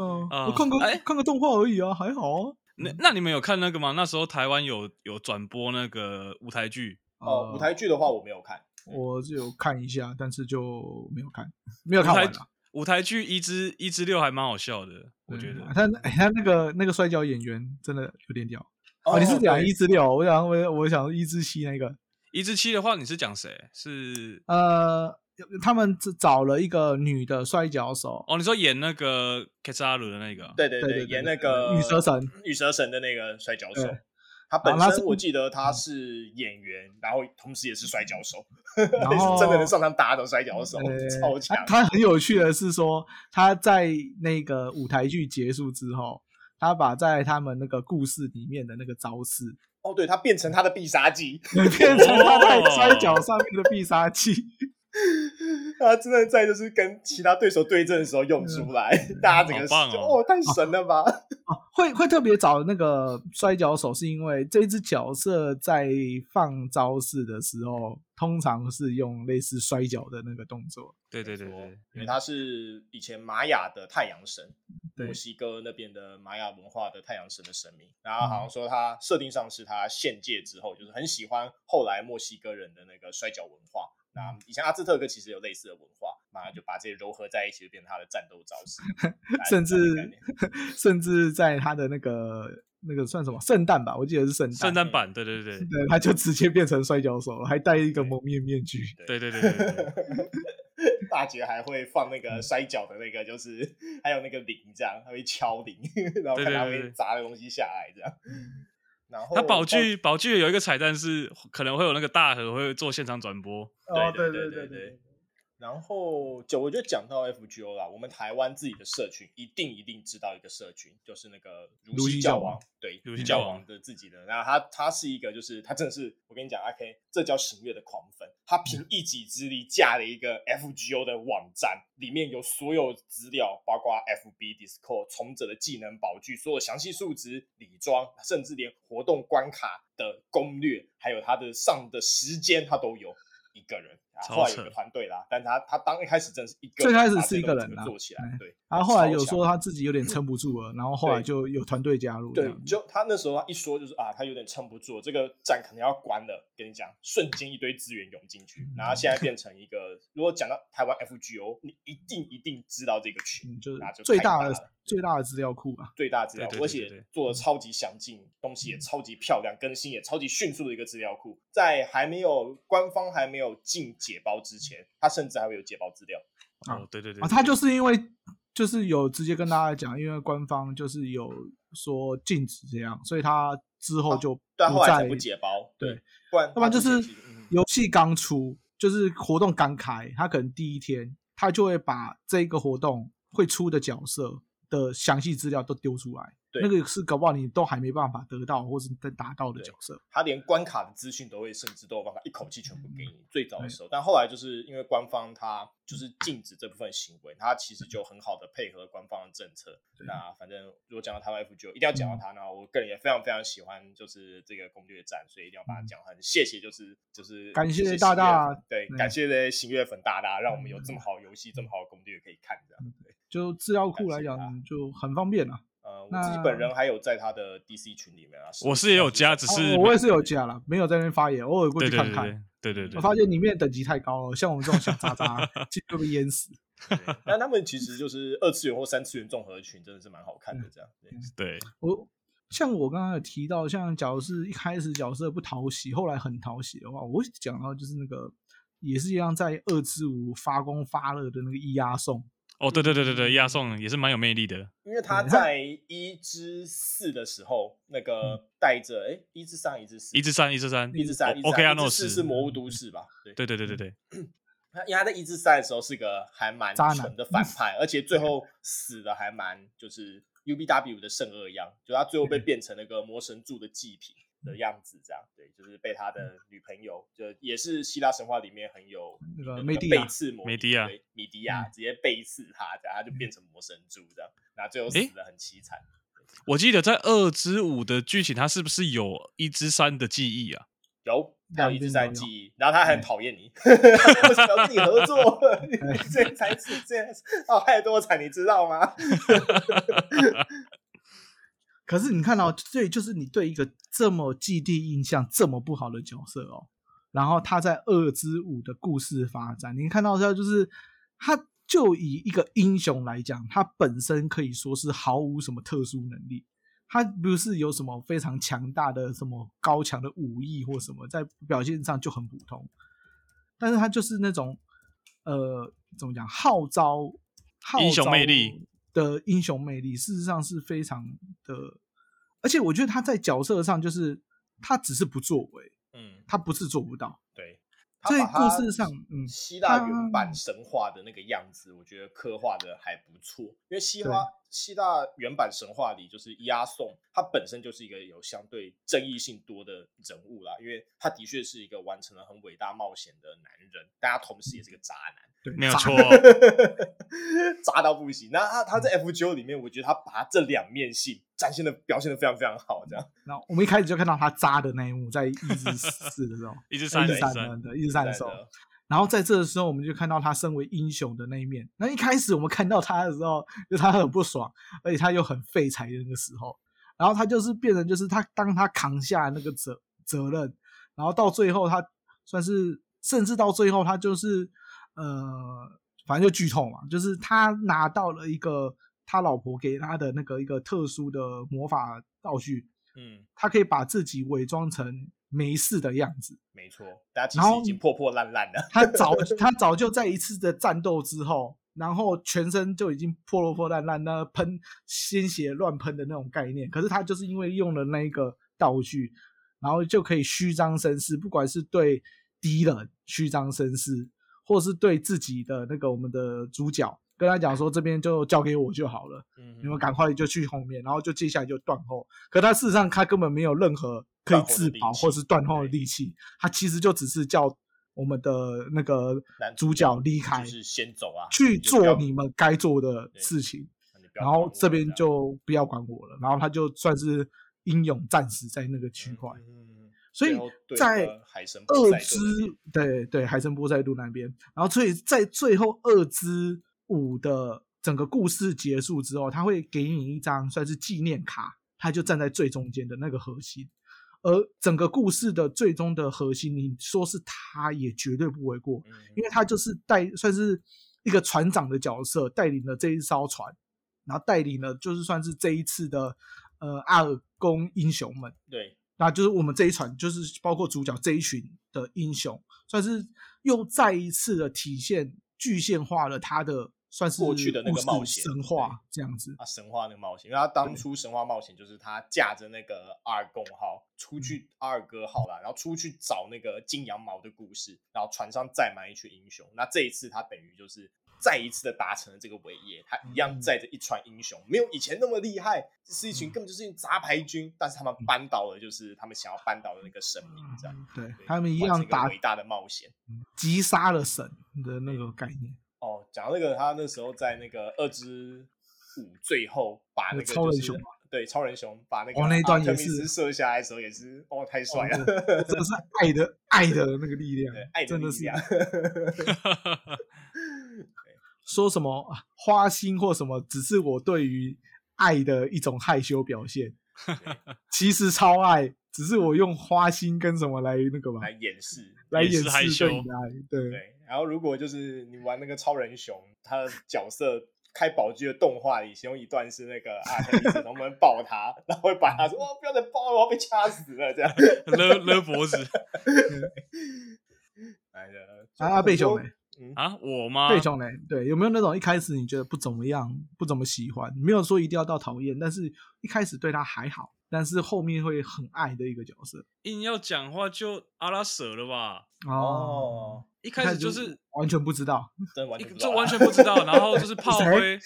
嗯，啊我看个哎看个动画而已啊，还好啊。那那你们有看那个吗？那时候台湾有有转播那个舞台剧，哦，舞呃台剧的话我没有看，我是有看一下，但是就没有看，没有舞看完台啊。舞台剧一之一之六还蛮好笑的，我觉对得。他哎他那个那个摔跤演员真的有点屌哦。你是讲对一之六，我想我我想一之七那个，一之七的话，你是讲谁？是呃，他们只找了一个女的摔跤手，哦，你说演那个 k a z a r u 的那个？对对对对，对对演那对个羽蛇神羽蛇神的那个摔跤手对。他本然后他身是嗯我记得他是演员，然后同时也是摔跤手，嗯 然后真的能上场打的摔跤手，呃超他强。他很有趣的是说，他在那个舞台剧结束之后，他把在他们那个故事里面的那个招式，哦，对他变成他的必杀技，变成他在摔跤上面的必杀技。他真的在就是跟其他对手对阵的时候用出嗯来，大家整个好棒就哦哦，太神了吧！会会特别找那个摔跤手，是因为这一只角色在放招式的时候，通常是用类似摔跤的那个动作。对对对没错对因对为，他是以前玛雅的太阳神，对墨西哥那边的玛雅文化的太阳神的神明。然后好嗯像说他设定上是他献界之后，就是很喜欢后来墨西哥人的那个摔跤文化。那以前阿兹特克其实有类似的文化，马上就把这些糅合在一起，就变成他的战斗招 式大概是甚这样的概至念。甚至在他的那个那个算什么圣诞吧，我记得是圣诞，圣诞版，对对对对， 他就直接变成摔跤手了，还戴一个蒙面面具。对对对对对对，大姐还会放那个摔跤的那个，就是还有那个铃，这样，她会敲铃， 然后看对对她对会对砸的东西下来，这样。然后他宝具宝具有一个彩蛋是可能会有那个大河会做现场转播， 对对对对对。然后就我就讲到 FGO 啦，我们台湾自己的社群一定一定知道一个社群，就是那个如如熙熙教教王王，对，如熙教教王王的自己的。那他他是一个，就是他真的是，我跟你讲阿 K，这叫行月的狂粉，他凭一己之力架了一个 FGO 的网站，里面有所有资料，包括 FB、Discord、从者的技能宝具，所有详细数值、礼装，甚至连活动关卡的攻略，还有他的上的时间，他都有。一个人，啊超后来有扯一个团队啦，但他他当一开始真的是一个最人，开始把是这一个东西人整啦做起来嗯，对，然后后来超有强说他自己有点撑不住了，然后后来对就有团队加入这对样，子。就他那时候一说就是啊，他有点撑不住，这个站可能要关了。跟你讲，瞬间一堆资源涌进去，嗯然后现在变成一个， 如果讲到台湾 FGO，你一定一定知道这个群嗯，就是那就最太大大的了最大的资料库吧。最大资料对库，对而对且对对做的超级详嗯尽，东西也超级漂亮，更新也超级迅速的一个资料库。在还没有官方还没有进解包之前，它甚至还会有解包资料。啊哦对对对啊，对他就是因为就是有直接跟大家讲，因为官方就是有说禁止这样，所以他之后就对啊，后来才再不解包，对，不然要不然它就是解嗯游戏刚出，就是活动刚开，他可能第一天他就会把这个活动会出的角色的详细资料都丢出来，对那个是搞不好你都还没办法得到或是达到的角色。他连关卡的资讯都会，甚至都有办法一口气全部给你。最早的时候，但后来就是因为官方他就是禁止这部分行为，他其实就很好的配合官方的政策。那反正如果讲到台湾 F 九，一定要嗯讲到他。那我个人也非常非常喜欢，就是这个攻略战，所以一定要把它讲很谢谢，就是就是嗯感谢谢大大行月粉对嗯，感谢这些行月粉大大，让我们有这么好的游戏，这么好的攻略可以看这样。对，就资料库来感谢讲就很方便了、啊呃，我自己本人还有在他的 DC 群里面啊，我是也有加，只哦是我也是有加了，没有在那边发言，偶尔过去对对看对看。对对对对，我发现里面等级太高了，像我们这种小渣渣就会被淹死。对但他们其实就是二次元或三次元综合群，真的是蛮好看嗯的。这样，对对我像我刚刚有提到，像假如是一开始角色不讨喜，后来很讨喜的话，我会讲到就是那个也是一样在二之五发光发热的那个伊阿宋，哦对对对对对，亚颂也是蛮有魅力的，因为他在一至四的时候，那嗯个带着哎一至三、一至四、一至三一至三一至三、一至 OK 三阿一诺至四斯是魔物都市吧？对，对对对对对，他因为他在一至三的时候是个还蛮渣男蠢的反派， 而且最后死的还蛮就是 UBW 的圣恶一样，就他最后被嗯变成那个魔神柱的祭品的样子，这样对，就是被他嗯的女朋友，就也是希腊神话里面很有那个那梅个蒂背亚嗯刺魔梅女迪亚对米迪亚直接背刺他，这样他就变成魔神柱这样，那最后诶死的很凄惨。我记得在二之五的剧情，它是不是有一之三的记忆啊？有，他有一直两在边都有记忆，然后他还很讨厌你， 为什么要跟你合 作？你这才是这样，哦，害得多惨，你知道吗？可是你看到、对，就是你对一个这么既定印象这么不好的角色哦，然后他在二之五的故事发展，你看到他就是他就以一个英雄来讲，他本身可以说是毫无什么特殊能力，他不是有什么非常强大的什么高强的武艺或什么，在表现上就很普通，但是他就是那种呃怎么讲号召号英雄召魅力的英雄魅力，事实上是非常的，而且我觉得他在角色上就是他只是不作为，嗯，他不是做不到，对，所以他把故事他上嗯希腊他嗯原版神话的那个样子，我觉得刻画的还不错。因为希腊希腊原版神话里，就是伊阿宋，他本身就是一个有相对争议性多的人物啦，因为他的确是一个完成了很伟大冒险的男人，但他同时也是个渣男。对，没有渣错。渣到不行。那他他嗯在 F 九里面，我觉得他把这两面性展现的表现的非常非常好，这样然后我们一开始就看到他渣的那一幕，在一至四的时候，一只一三，啊至一只三三，的对一至三的时真候，的然后在这个时候，我们就看到他身为英雄的那一面。那一开始我们看到他的时候，就他很不爽，而且他又很废柴的那个时候，然后他就是变成就是他当他扛下那个责责任，然后到最后他算是甚至到最后他就是呃，反正就剧透嘛，就是他拿到了一个他老婆给他的那个一个特殊的魔法道具，嗯，他可以把自己伪装成没事的样子。没错，大家其然实后已经破破烂烂了。他早他早就在一次的战斗之后，然后全身就已经破落破烂烂，那喷鲜血乱喷的那种概念。可是他就是因为用了那一个道具，然后就可以虚张声势，不管是对敌人虚张声势，或是对自己的那个我们的主角。跟他讲说，这边就交给我就好了，嗯你们赶快就去后面，然后就接下来就断后。可他事实上他根本没有任何可以断后的自力保气或是断后的对力气，他其实就只是叫我们的那个男主角离开就，是先走啊，去就不要做你们该做的事情，你不然要管我后这边样就不要管我了，然后他就算是英勇战士在那个区块，嗯嗯嗯所以最后对那在个海神波二塞支顿那边对对海参波塞度那边，然后所以在最后二支舞的整个故事结束之后，他会给你一张算是纪念卡，他就站在最中间的那个核心。而整个故事的最终的核心，你说是他也绝对不为过，嗯因为他就是带算是一个船长的角色，带领了这一艘船，然后带领了就是算是这一次的呃阿尔宫英雄们，对那就是我们这一船就是包括主角这一群的英雄，算是又再一次的体现具现化了他的算是过去的那个故事冒险神话这样子。啊，神话那个冒险，因为他当初神话冒险就是他驾着那个阿尔贡嗯号出去，阿尔戈号啦，然后出去找那个金羊毛的故事，然后船上载满一群英雄。那这一次他等于就是再一次的达成了这个伟业，他一样嗯载着一船英雄，没有以前那么厉害，这是一群根本就是一群杂牌军，但是他们扳倒了就是他们想要扳倒的那个神明，这样嗯对对他们一完成样个打伟大的冒险。击杀了神的那个概念，哦，讲到那个，他那时候在那个二之五最后把那那个、个就是、超人熊对超人熊把那个哦那一段阿特也密是斯射下来的时候也是哦太帅了，真的是爱的爱的那个力量对，爱的真力的是量。说什么啊花心或什么，只是我对于爱的一种害羞表现。其实超爱，只是我用花心跟什么来那个吧，来掩饰来掩掩饰害饰羞对你的爱。对，对。然后如果就是你玩那个超人熊，他的角色。开宝具的动画里，其中一段是那个阿特密斯从门抱他，然后会把嗯他说：“哇，不要再抱了，我要被掐死了。” 这样，勒勒脖子哎呀，啊阿贝熊熊嘞，啊，我吗？对熊嘞，对，有没有那种一开始你觉得不怎么样，不怎么喜欢，没有说一定要到讨厌，但是一开始对他还好，但是后面会很爱的一个角色。硬要讲话就阿拉舍了吧？哦，哦，一一开始就就是是完全不知道，真的完一全不个知道这啊完全不知道，嗯然后 就是炮谁灰，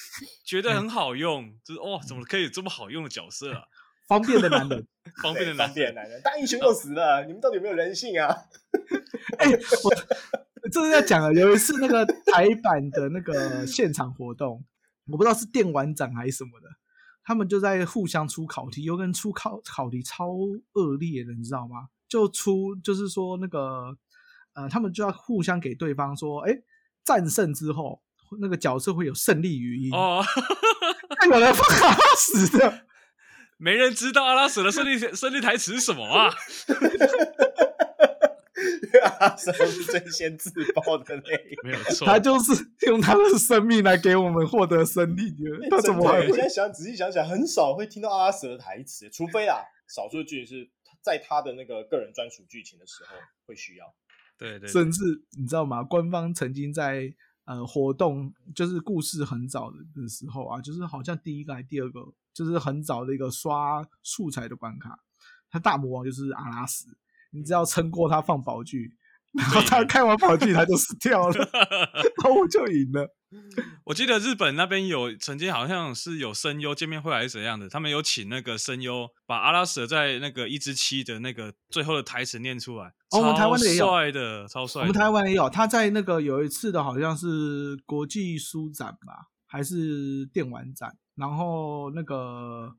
觉得很好用，就是哦，怎么可以有这么好用的角色啊？方便的男人。哦方便的对男方便人，的 男人，大英雄又死了，你们到底有没有人性啊？ 哎、我这是要讲了，有一次那个台版的那个现场活动，我不知道是电玩展还是什么的，他们就在互相出考题，有个人出考考题超恶劣的，你知道吗？就出就是说那个呃，他们就要互相给对方说，哎、战胜之后。那个角色会有胜利语音，哦， 看有人放卡死的，没人知道阿拉舍的胜利胜利台词是什么啊？阿什么是最先自爆的那一 个？没有错，他就是用他的生命来给我们获得胜利的，他怎么还哎真的我现会？在想仔细想想，很少会听到阿蛇的台词，除非啊，少数剧是在他的那个个人专属剧情的时候会需要。对对，对甚至你知道吗？官方曾经在呃活动，就是故事很早的的时候啊，就是好像第一个还第二个，就是很早的一个刷嗯素材的关卡，他大魔王就是阿拉斯，你只要撑过他放宝具，然后他开完跑进来就死 掉了，然后我就赢了。我记得日本那边有曾经好像是有声优见面会还是怎样的，他们有请那个声优把阿拉蛇在那个一之七的那个最后的台词念出来。哦我们台湾的也有超帅的，超帅我们的。台湾也有，他在那个有一次的好像是国际书展吧，还是电玩展，然后那个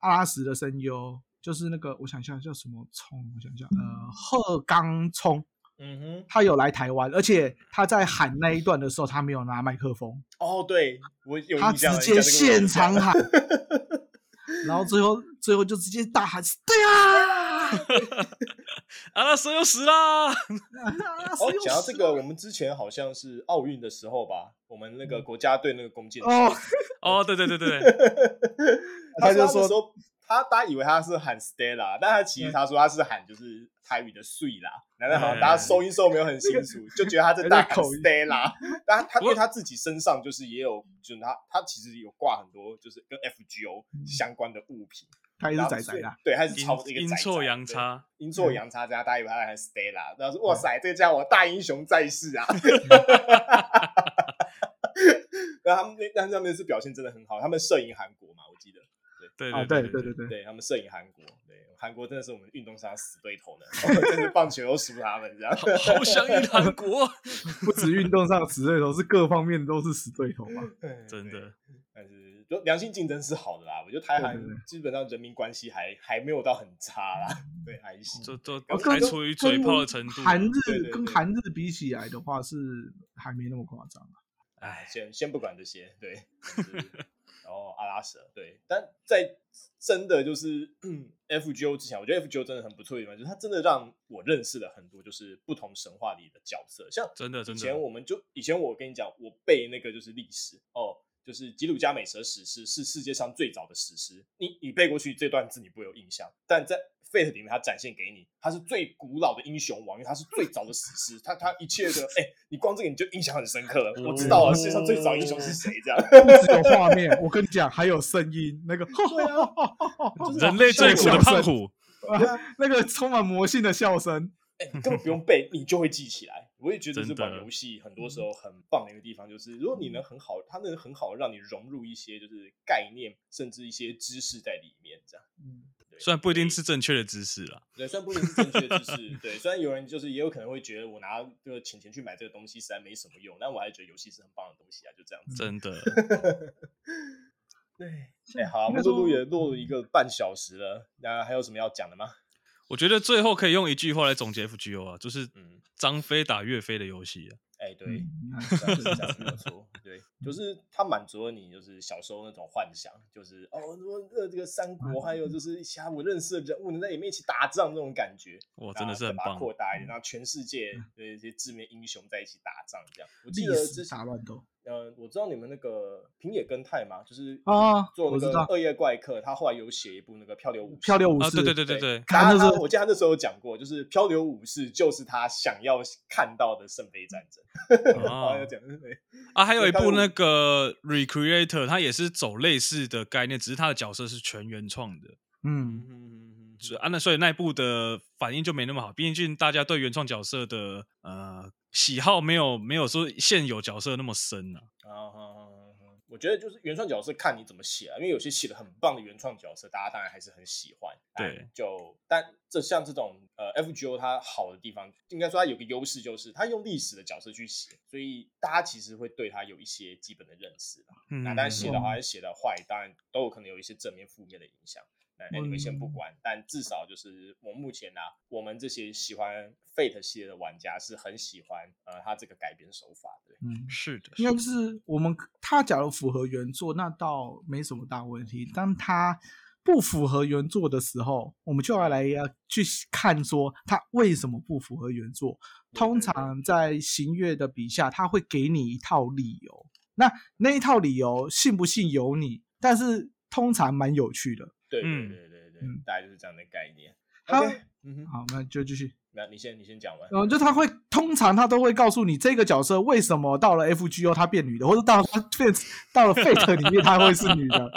阿拉什的声优就是那个我想一下叫什么冲，我想一下，呃，鹤冈冲，嗯哼，他有来台湾，而且他在喊那一段的时候，他没有拿麦克风，哦，对我有他印直象了，接你讲这个我有现印象场了喊，然后最后最后就直接大喊对啊，阿拉蛇又死啦！哦，讲到这个，我们之前好像是奥运的时候吧，我们那个国家队那个弓箭手，嗯哦，哦，对对 对对，他他就说他那说嗯时候他大家以为他是喊 Stella，但他其实他说他是喊就是台语的碎啦，然后好嗯像大家收音收没有很清楚，就觉得他在大喊有点口音 Stella，但他他因不过为他自己身上就是也有，就是他他其实有挂很多就是跟 FGO 相关的物品， 嗯他也然是后仔仔所以啦，嗯对，他是超一阴个阴仔错仔阳，差。对阴错阳差这样，大家以为他喊 Stella，然后说哇塞，这个家伙大英雄在世 啊。 然后他们那但是他们是表现真的很好，他们摄影韩国嘛，我记得。对啊，对对对对对。对他们摄影韩国，对韩国真的是我们运动上的死对头呢，我们真的棒球都输他们这样。 好好想赢韩国，不止运动上的死对头，是各方面都是死对头嘛。嗯真对，的。但是就良性竞争是好的啦，我觉得台韩对对对基本上人民关系还还没有到很差啦，对，还行。哎这都哦还跟处于嘴炮的程度。韩日对对对跟韩日比起来的话，是还没那么夸张啊。哎，先先不管这些，对，就是然后阿拉蛇，对，但在真的就是嗯 FGO 之前，我觉得 FGO 真的很不错的地方，就是它真的让我认识了很多就是不同神话里的角色，像真的真以的前我们就以前我跟你讲，我背那个就是历史哦，就是吉鲁加美蛇史诗是世界上最早的史诗，你你背过去这段字你不会有印象，但在 Fate 里面它展现给你，它是最古老的英雄王，因为它是最早的史诗，它它一切的哎、你光这个你就印象很深刻了，我知道了世界上最早英雄是谁这样。 不只有画面，我跟你讲，还有声音，那个啊就是人类最苦的啊胖虎，那个充满魔性的笑声。 哎、你根本不用背，你就会记起来。我也觉得这真的嗯款游戏很多时候很棒的一个地方，就是如果你能很好，它能很好地让你融入一些就是概念，甚至一些知识在里面，这样。对虽然不一定是正确的知识啦。对，虽然不一定是正确的知识，对，虽然有人就是也有可能会觉得我拿这个钱钱去买这个东西实在没什么用，但我还是觉得游戏是很棒的东西啊，就这样子。真的，对，哎、好啊、我应该们录录说也录了一个半小时了，那还有什么要讲的吗？我觉得最后可以用一句话来总结 FGO 啊，就是嗯张飞打岳飞的游戏啊。哎、对。嗯那这样子讲 没 有错，对，就是它满足了你就是小时候那种幻想，就是哦，说呃这个三国，还有就是其他我认识的人物能在里面一起打仗那种感觉，哇，哦啊真的是然后再很把它棒。啊扩大一点，让全世界的一些知名英雄在一起打仗这样。我记历得之史前大乱斗呃，我知道你们那个平野耕太嘛，就是啊做那我知个道恶夜怪客，他后来有写一部那个漂流武士，漂流武啊，士，对对对对对，看他就是他我记得他那时候有讲过，就是漂流武士就是他想要看到的圣杯战争。 哦他有讲对，啊，还有一对部但那是个 Recreator，它也是走类似的概念，只是它的角色是全原创的。嗯，是啊，那所以那一部的反应就没那么好，毕竟大家对原创角色的呃喜好没有没有说现有角色那么深啊。啊，好好好好我觉得就是原创角色看你怎么写啊，因为有些写的很棒的原创角色，大家当然还是很喜欢。但对就但这像这种呃 FGO 它好的地方，应该说它有个优势就是它用历史的角色去写，所以大家其实会对它有一些基本的认识啦。嗯，那当然写了的好还是写的坏，当然都有可能有一些正面、负面的影响。那那你们先不嗯管，但至少就是我目前啊，我们这些喜欢 Fate 系列的玩家是很喜欢呃他这个改编手法的。嗯，是 的，应该就是我们他假如符合原作，那倒没什么大问题。当他不符合原作的时候，我们就要来要去看说他为什么不符合原作。对通对对常在行月的笔下，他会给你一套理由，那那一套理由信不信由你，但是通常蛮有趣的。对对嗯对对对，嗯大概就是这样的概念。好 OK，嗯哼，好，那就继续。那你先你先讲完。嗯，就他会通常他都会告诉你这个角色为什么到了 FGO 他变女的，或者到他变到了 Fate 里面他会是女的。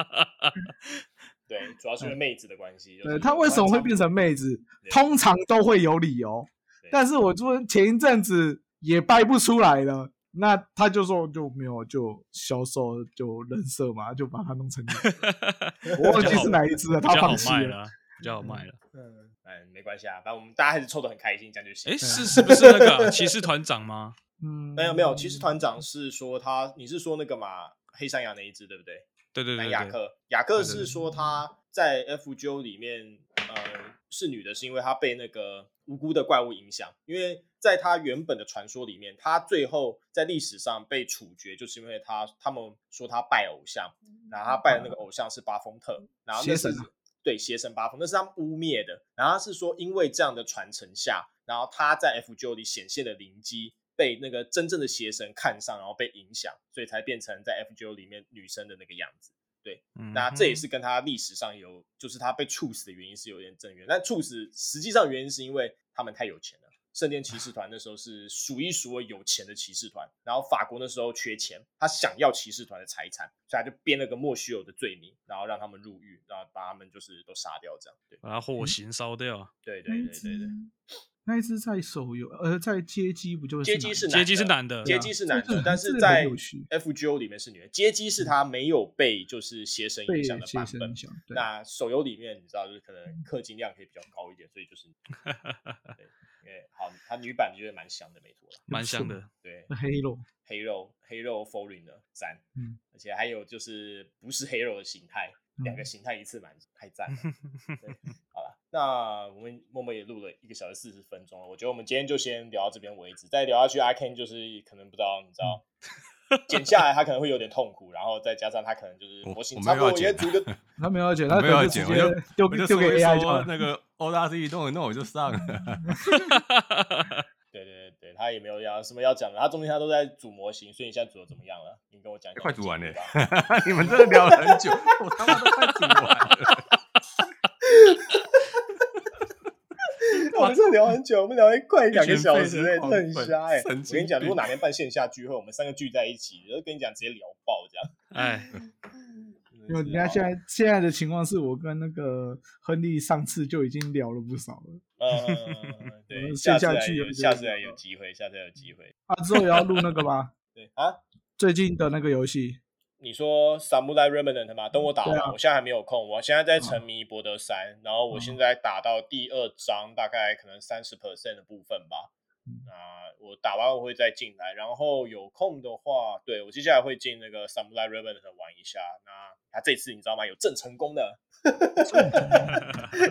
对，主要是因为妹子的关系。就是对，他为什么会变成妹子？通常都会有理由。对但是我说前一阵子也掰不出来了，那他就说就没有就销售就人设嘛，就把它弄 成我忘记是哪一只了，比他较好放弃卖了。了，比较好卖了。嗯，嗯，没关系啊，反正我们大家还是凑得很开心，这样就啊行。哎，是是不是那个啊骑士团长吗？嗯没有没有，其实团长是说他，你是说那个嘛黑山羊那一只对不对？对对南对雅对，克，雅克对对是说他在 F G O 里面，呃，是女的，是因为她被那个无辜的怪物影响，因为在她原本的传说里面，她最后在历史上被处决，就是因为她他们说她拜偶像，然后她拜的嗯那个偶像是巴丰特，然后邪那是神啊对邪神巴丰，那是他们污蔑的，然后是说因为这样的传承下，然后她在 F G O 里显现的灵机。被那个真正的邪神看上，然后被影响，所以才变成在 F G O 里面女生的那个样子。嗯那这也是跟他历史上有，就是他被处死的原因是有点正缘，但处死实际上原因是因为他们太有钱了。圣殿骑士团那时候是数一数二有钱的骑士团，然后法国那时候缺钱，他想要骑士团的财产，所以他就编了个莫须有的罪名，然后让他们入狱，然后把他们就是都杀掉，这样。对把它火刑烧掉。啊对那对一对对只对，那一只在手游呃在街机不就是街机是男的街机是男的男的，对街啊机是男这的个，但这是个在很有趣 F G O 里面是女的，街机是他没有被就是邪神被影响的邪版神本影，响？对，那手游里面你知道，就是可嗯能氪金量可以比较高一点，所以 就是，对，因为好，它女版就是蛮香的，没错啦。蛮香的。对，嗯黑肉黑肉黑肉 f o r i n 的赞，嗯，而且还有就是不是黑肉的形态，两嗯个形态一次满，太赞了。 对，好了，那我们默默也录了一个小时四十分钟了，我觉得我们今天就先聊到这边为止，再聊下去阿 Ken 就是可能不知道，你知道。剪下来他可能会有点痛苦，然后再加上他可能就是嗯我模型我差没不有多，要我觉得剪啊读一个他没有剪，他我没有可要能就剪，直我接就丢我就丢说给一 AI 就好说了那个欧大 C 弄一弄我就上 了，对对对对，他也没有要什么要讲的，他中间他都在组模型，所以你现在组的怎么样了？你跟我讲一下。快煮完了吧。 你们真的聊了很久，我他妈都快煮完了。我们这聊很久，我们聊了快两个一群小废时人哎、狂这很粉瞎哎、我神跟你经讲，如果病哪天办线下聚会，我们三个聚在一起，我就跟你讲直接聊爆这样。哎，嗯因为 真你的看是现哦在现在的情况是我跟那个亨利上次就已经聊了不少了， 嗯，对，们下线下次来聚有会下就次聊来有爆机会，下次来有机会。啊之后也要录那个吧，对啊，最近的那个游 戏，你说 Samurai Remnant 吗？等我打完，对啊我现在还没有空，我现在在沉迷博德三，然后我嗯现在打到第二章，大概可能三十 percent 的部分吧。嗯那我打完我会再进来，然后有空的话，对我接下来会进那个 Samurai Remnant 玩一下。那他这次你知道吗？有正成功的，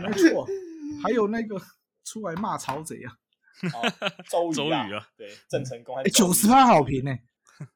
没错，还有那个出来骂曹贼啊，哦周周瑜啊，瑜啊对，正成功还哎是周瑜九十八好评嗯呢、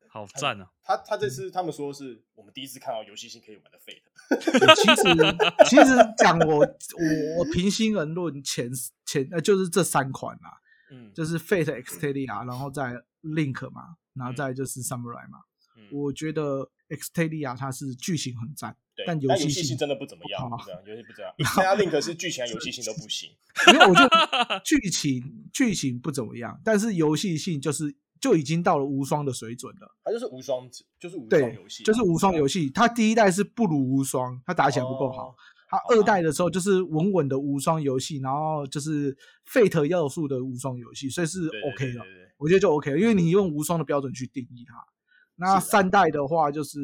好赞啊！他他这次他们说是我们第一次看到游戏性可以玩的废的，其实其实讲我我我平心而论前前呃就是这三款啊，嗯，就是 Fate Extelia，然后再 Link 嘛，然后再就是 Samurai 嘛，嗯我觉得 Extelia 它是剧情很赞，对，但但游戏戏性性真的不怎么样，好这样游戏不怎 么样。现在 Link 是剧情啊和游戏性都不行，没有，我就剧情剧情不怎么样，但是游戏性就是就已经到了无双的水准了。它就是无双，就是无双对游戏啊，，就是无双游戏，它第一代是不如无双，它打起来不够好哦。它好吧二代的时候就是稳稳的无双游戏，然后就是 Fate 要素的无双游戏，所以是对 OK 对的对。对对我觉得就 OK 了，因为你用无双的标准去定义它。那是的三代的话，就是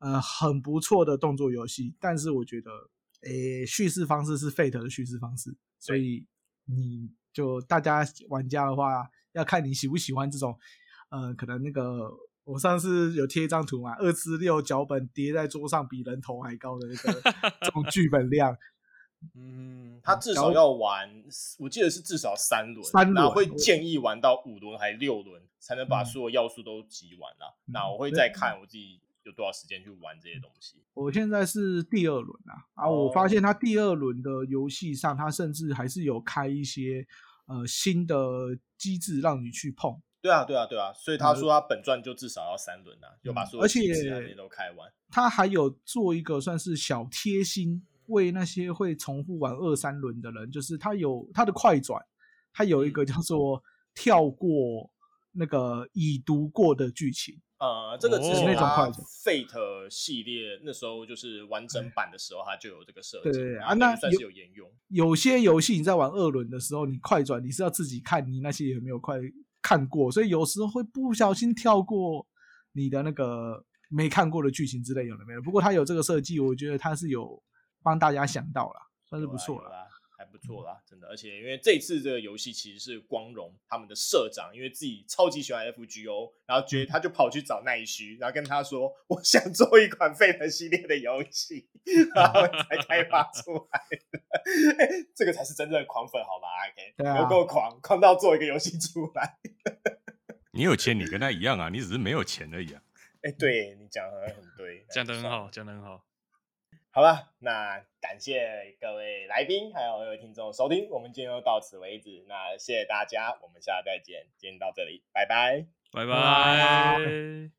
呃很不错的动作游戏，但是我觉得，诶、叙事方式是 Fate 的叙事方式，所以你就大家玩家的话，要看你喜不喜欢这种，呃，可能那个我上次有贴一张图嘛，二至六脚本叠在桌上比人头还高的那个这种剧本量，嗯，他至少要玩，我记得是至少三轮，三轮然后会建议玩到五轮还六轮，才能把所有要素都集完啦。嗯那我会再看我自己有多少时间去玩这些东西。我现在是第二轮啊，啊，我哦发现它第二轮的游戏上，它甚至还是有开一些呃新的机制让你去碰，对啊，对啊，对啊，所以他说他本传就至少要三轮啊，就把所嗯有而且机制啊那些都开完。它还有做一个算是小贴心，为那些会重复玩二三轮的人，就是它有它的快转，它有一个叫做跳过那个已读过的剧情。呃，这个只哦是那种快他走 Fate 系列那时候就是完整版的时候，它就有这个设计，哎对对对啊，应该那算是有沿用。有些游戏你在玩二轮的时候，你快转你是要自己看你那些有没有快看过，所以有时候会不小心跳过你的那个没看过的剧情之类有的没有。不过它有这个设计，我觉得它是有帮大家想到了，算是有不啦错有了。嗯啦，还不错啦，真的。而且因为这次这个游戏其实是光荣他们的社长，因为自己超级喜欢 FGO，然后觉嗯得他就跑去找奈须，然后跟他说：“我想做一款费腾系列的游戏。” 然后才开发出来的。 哎这个才是真正的狂粉，好吧？OK，对啊有够狂，狂到做一个游戏出来。你有钱，你跟他一样啊，你只是没有钱而已啊。哎，对你讲的很对，讲的很算了好，讲的很好。好了，那感谢各位来宾还有各位听众的收听，我们今天就到此为止。那谢谢大家，我们下次再见，今天到这里，拜拜。拜拜拜。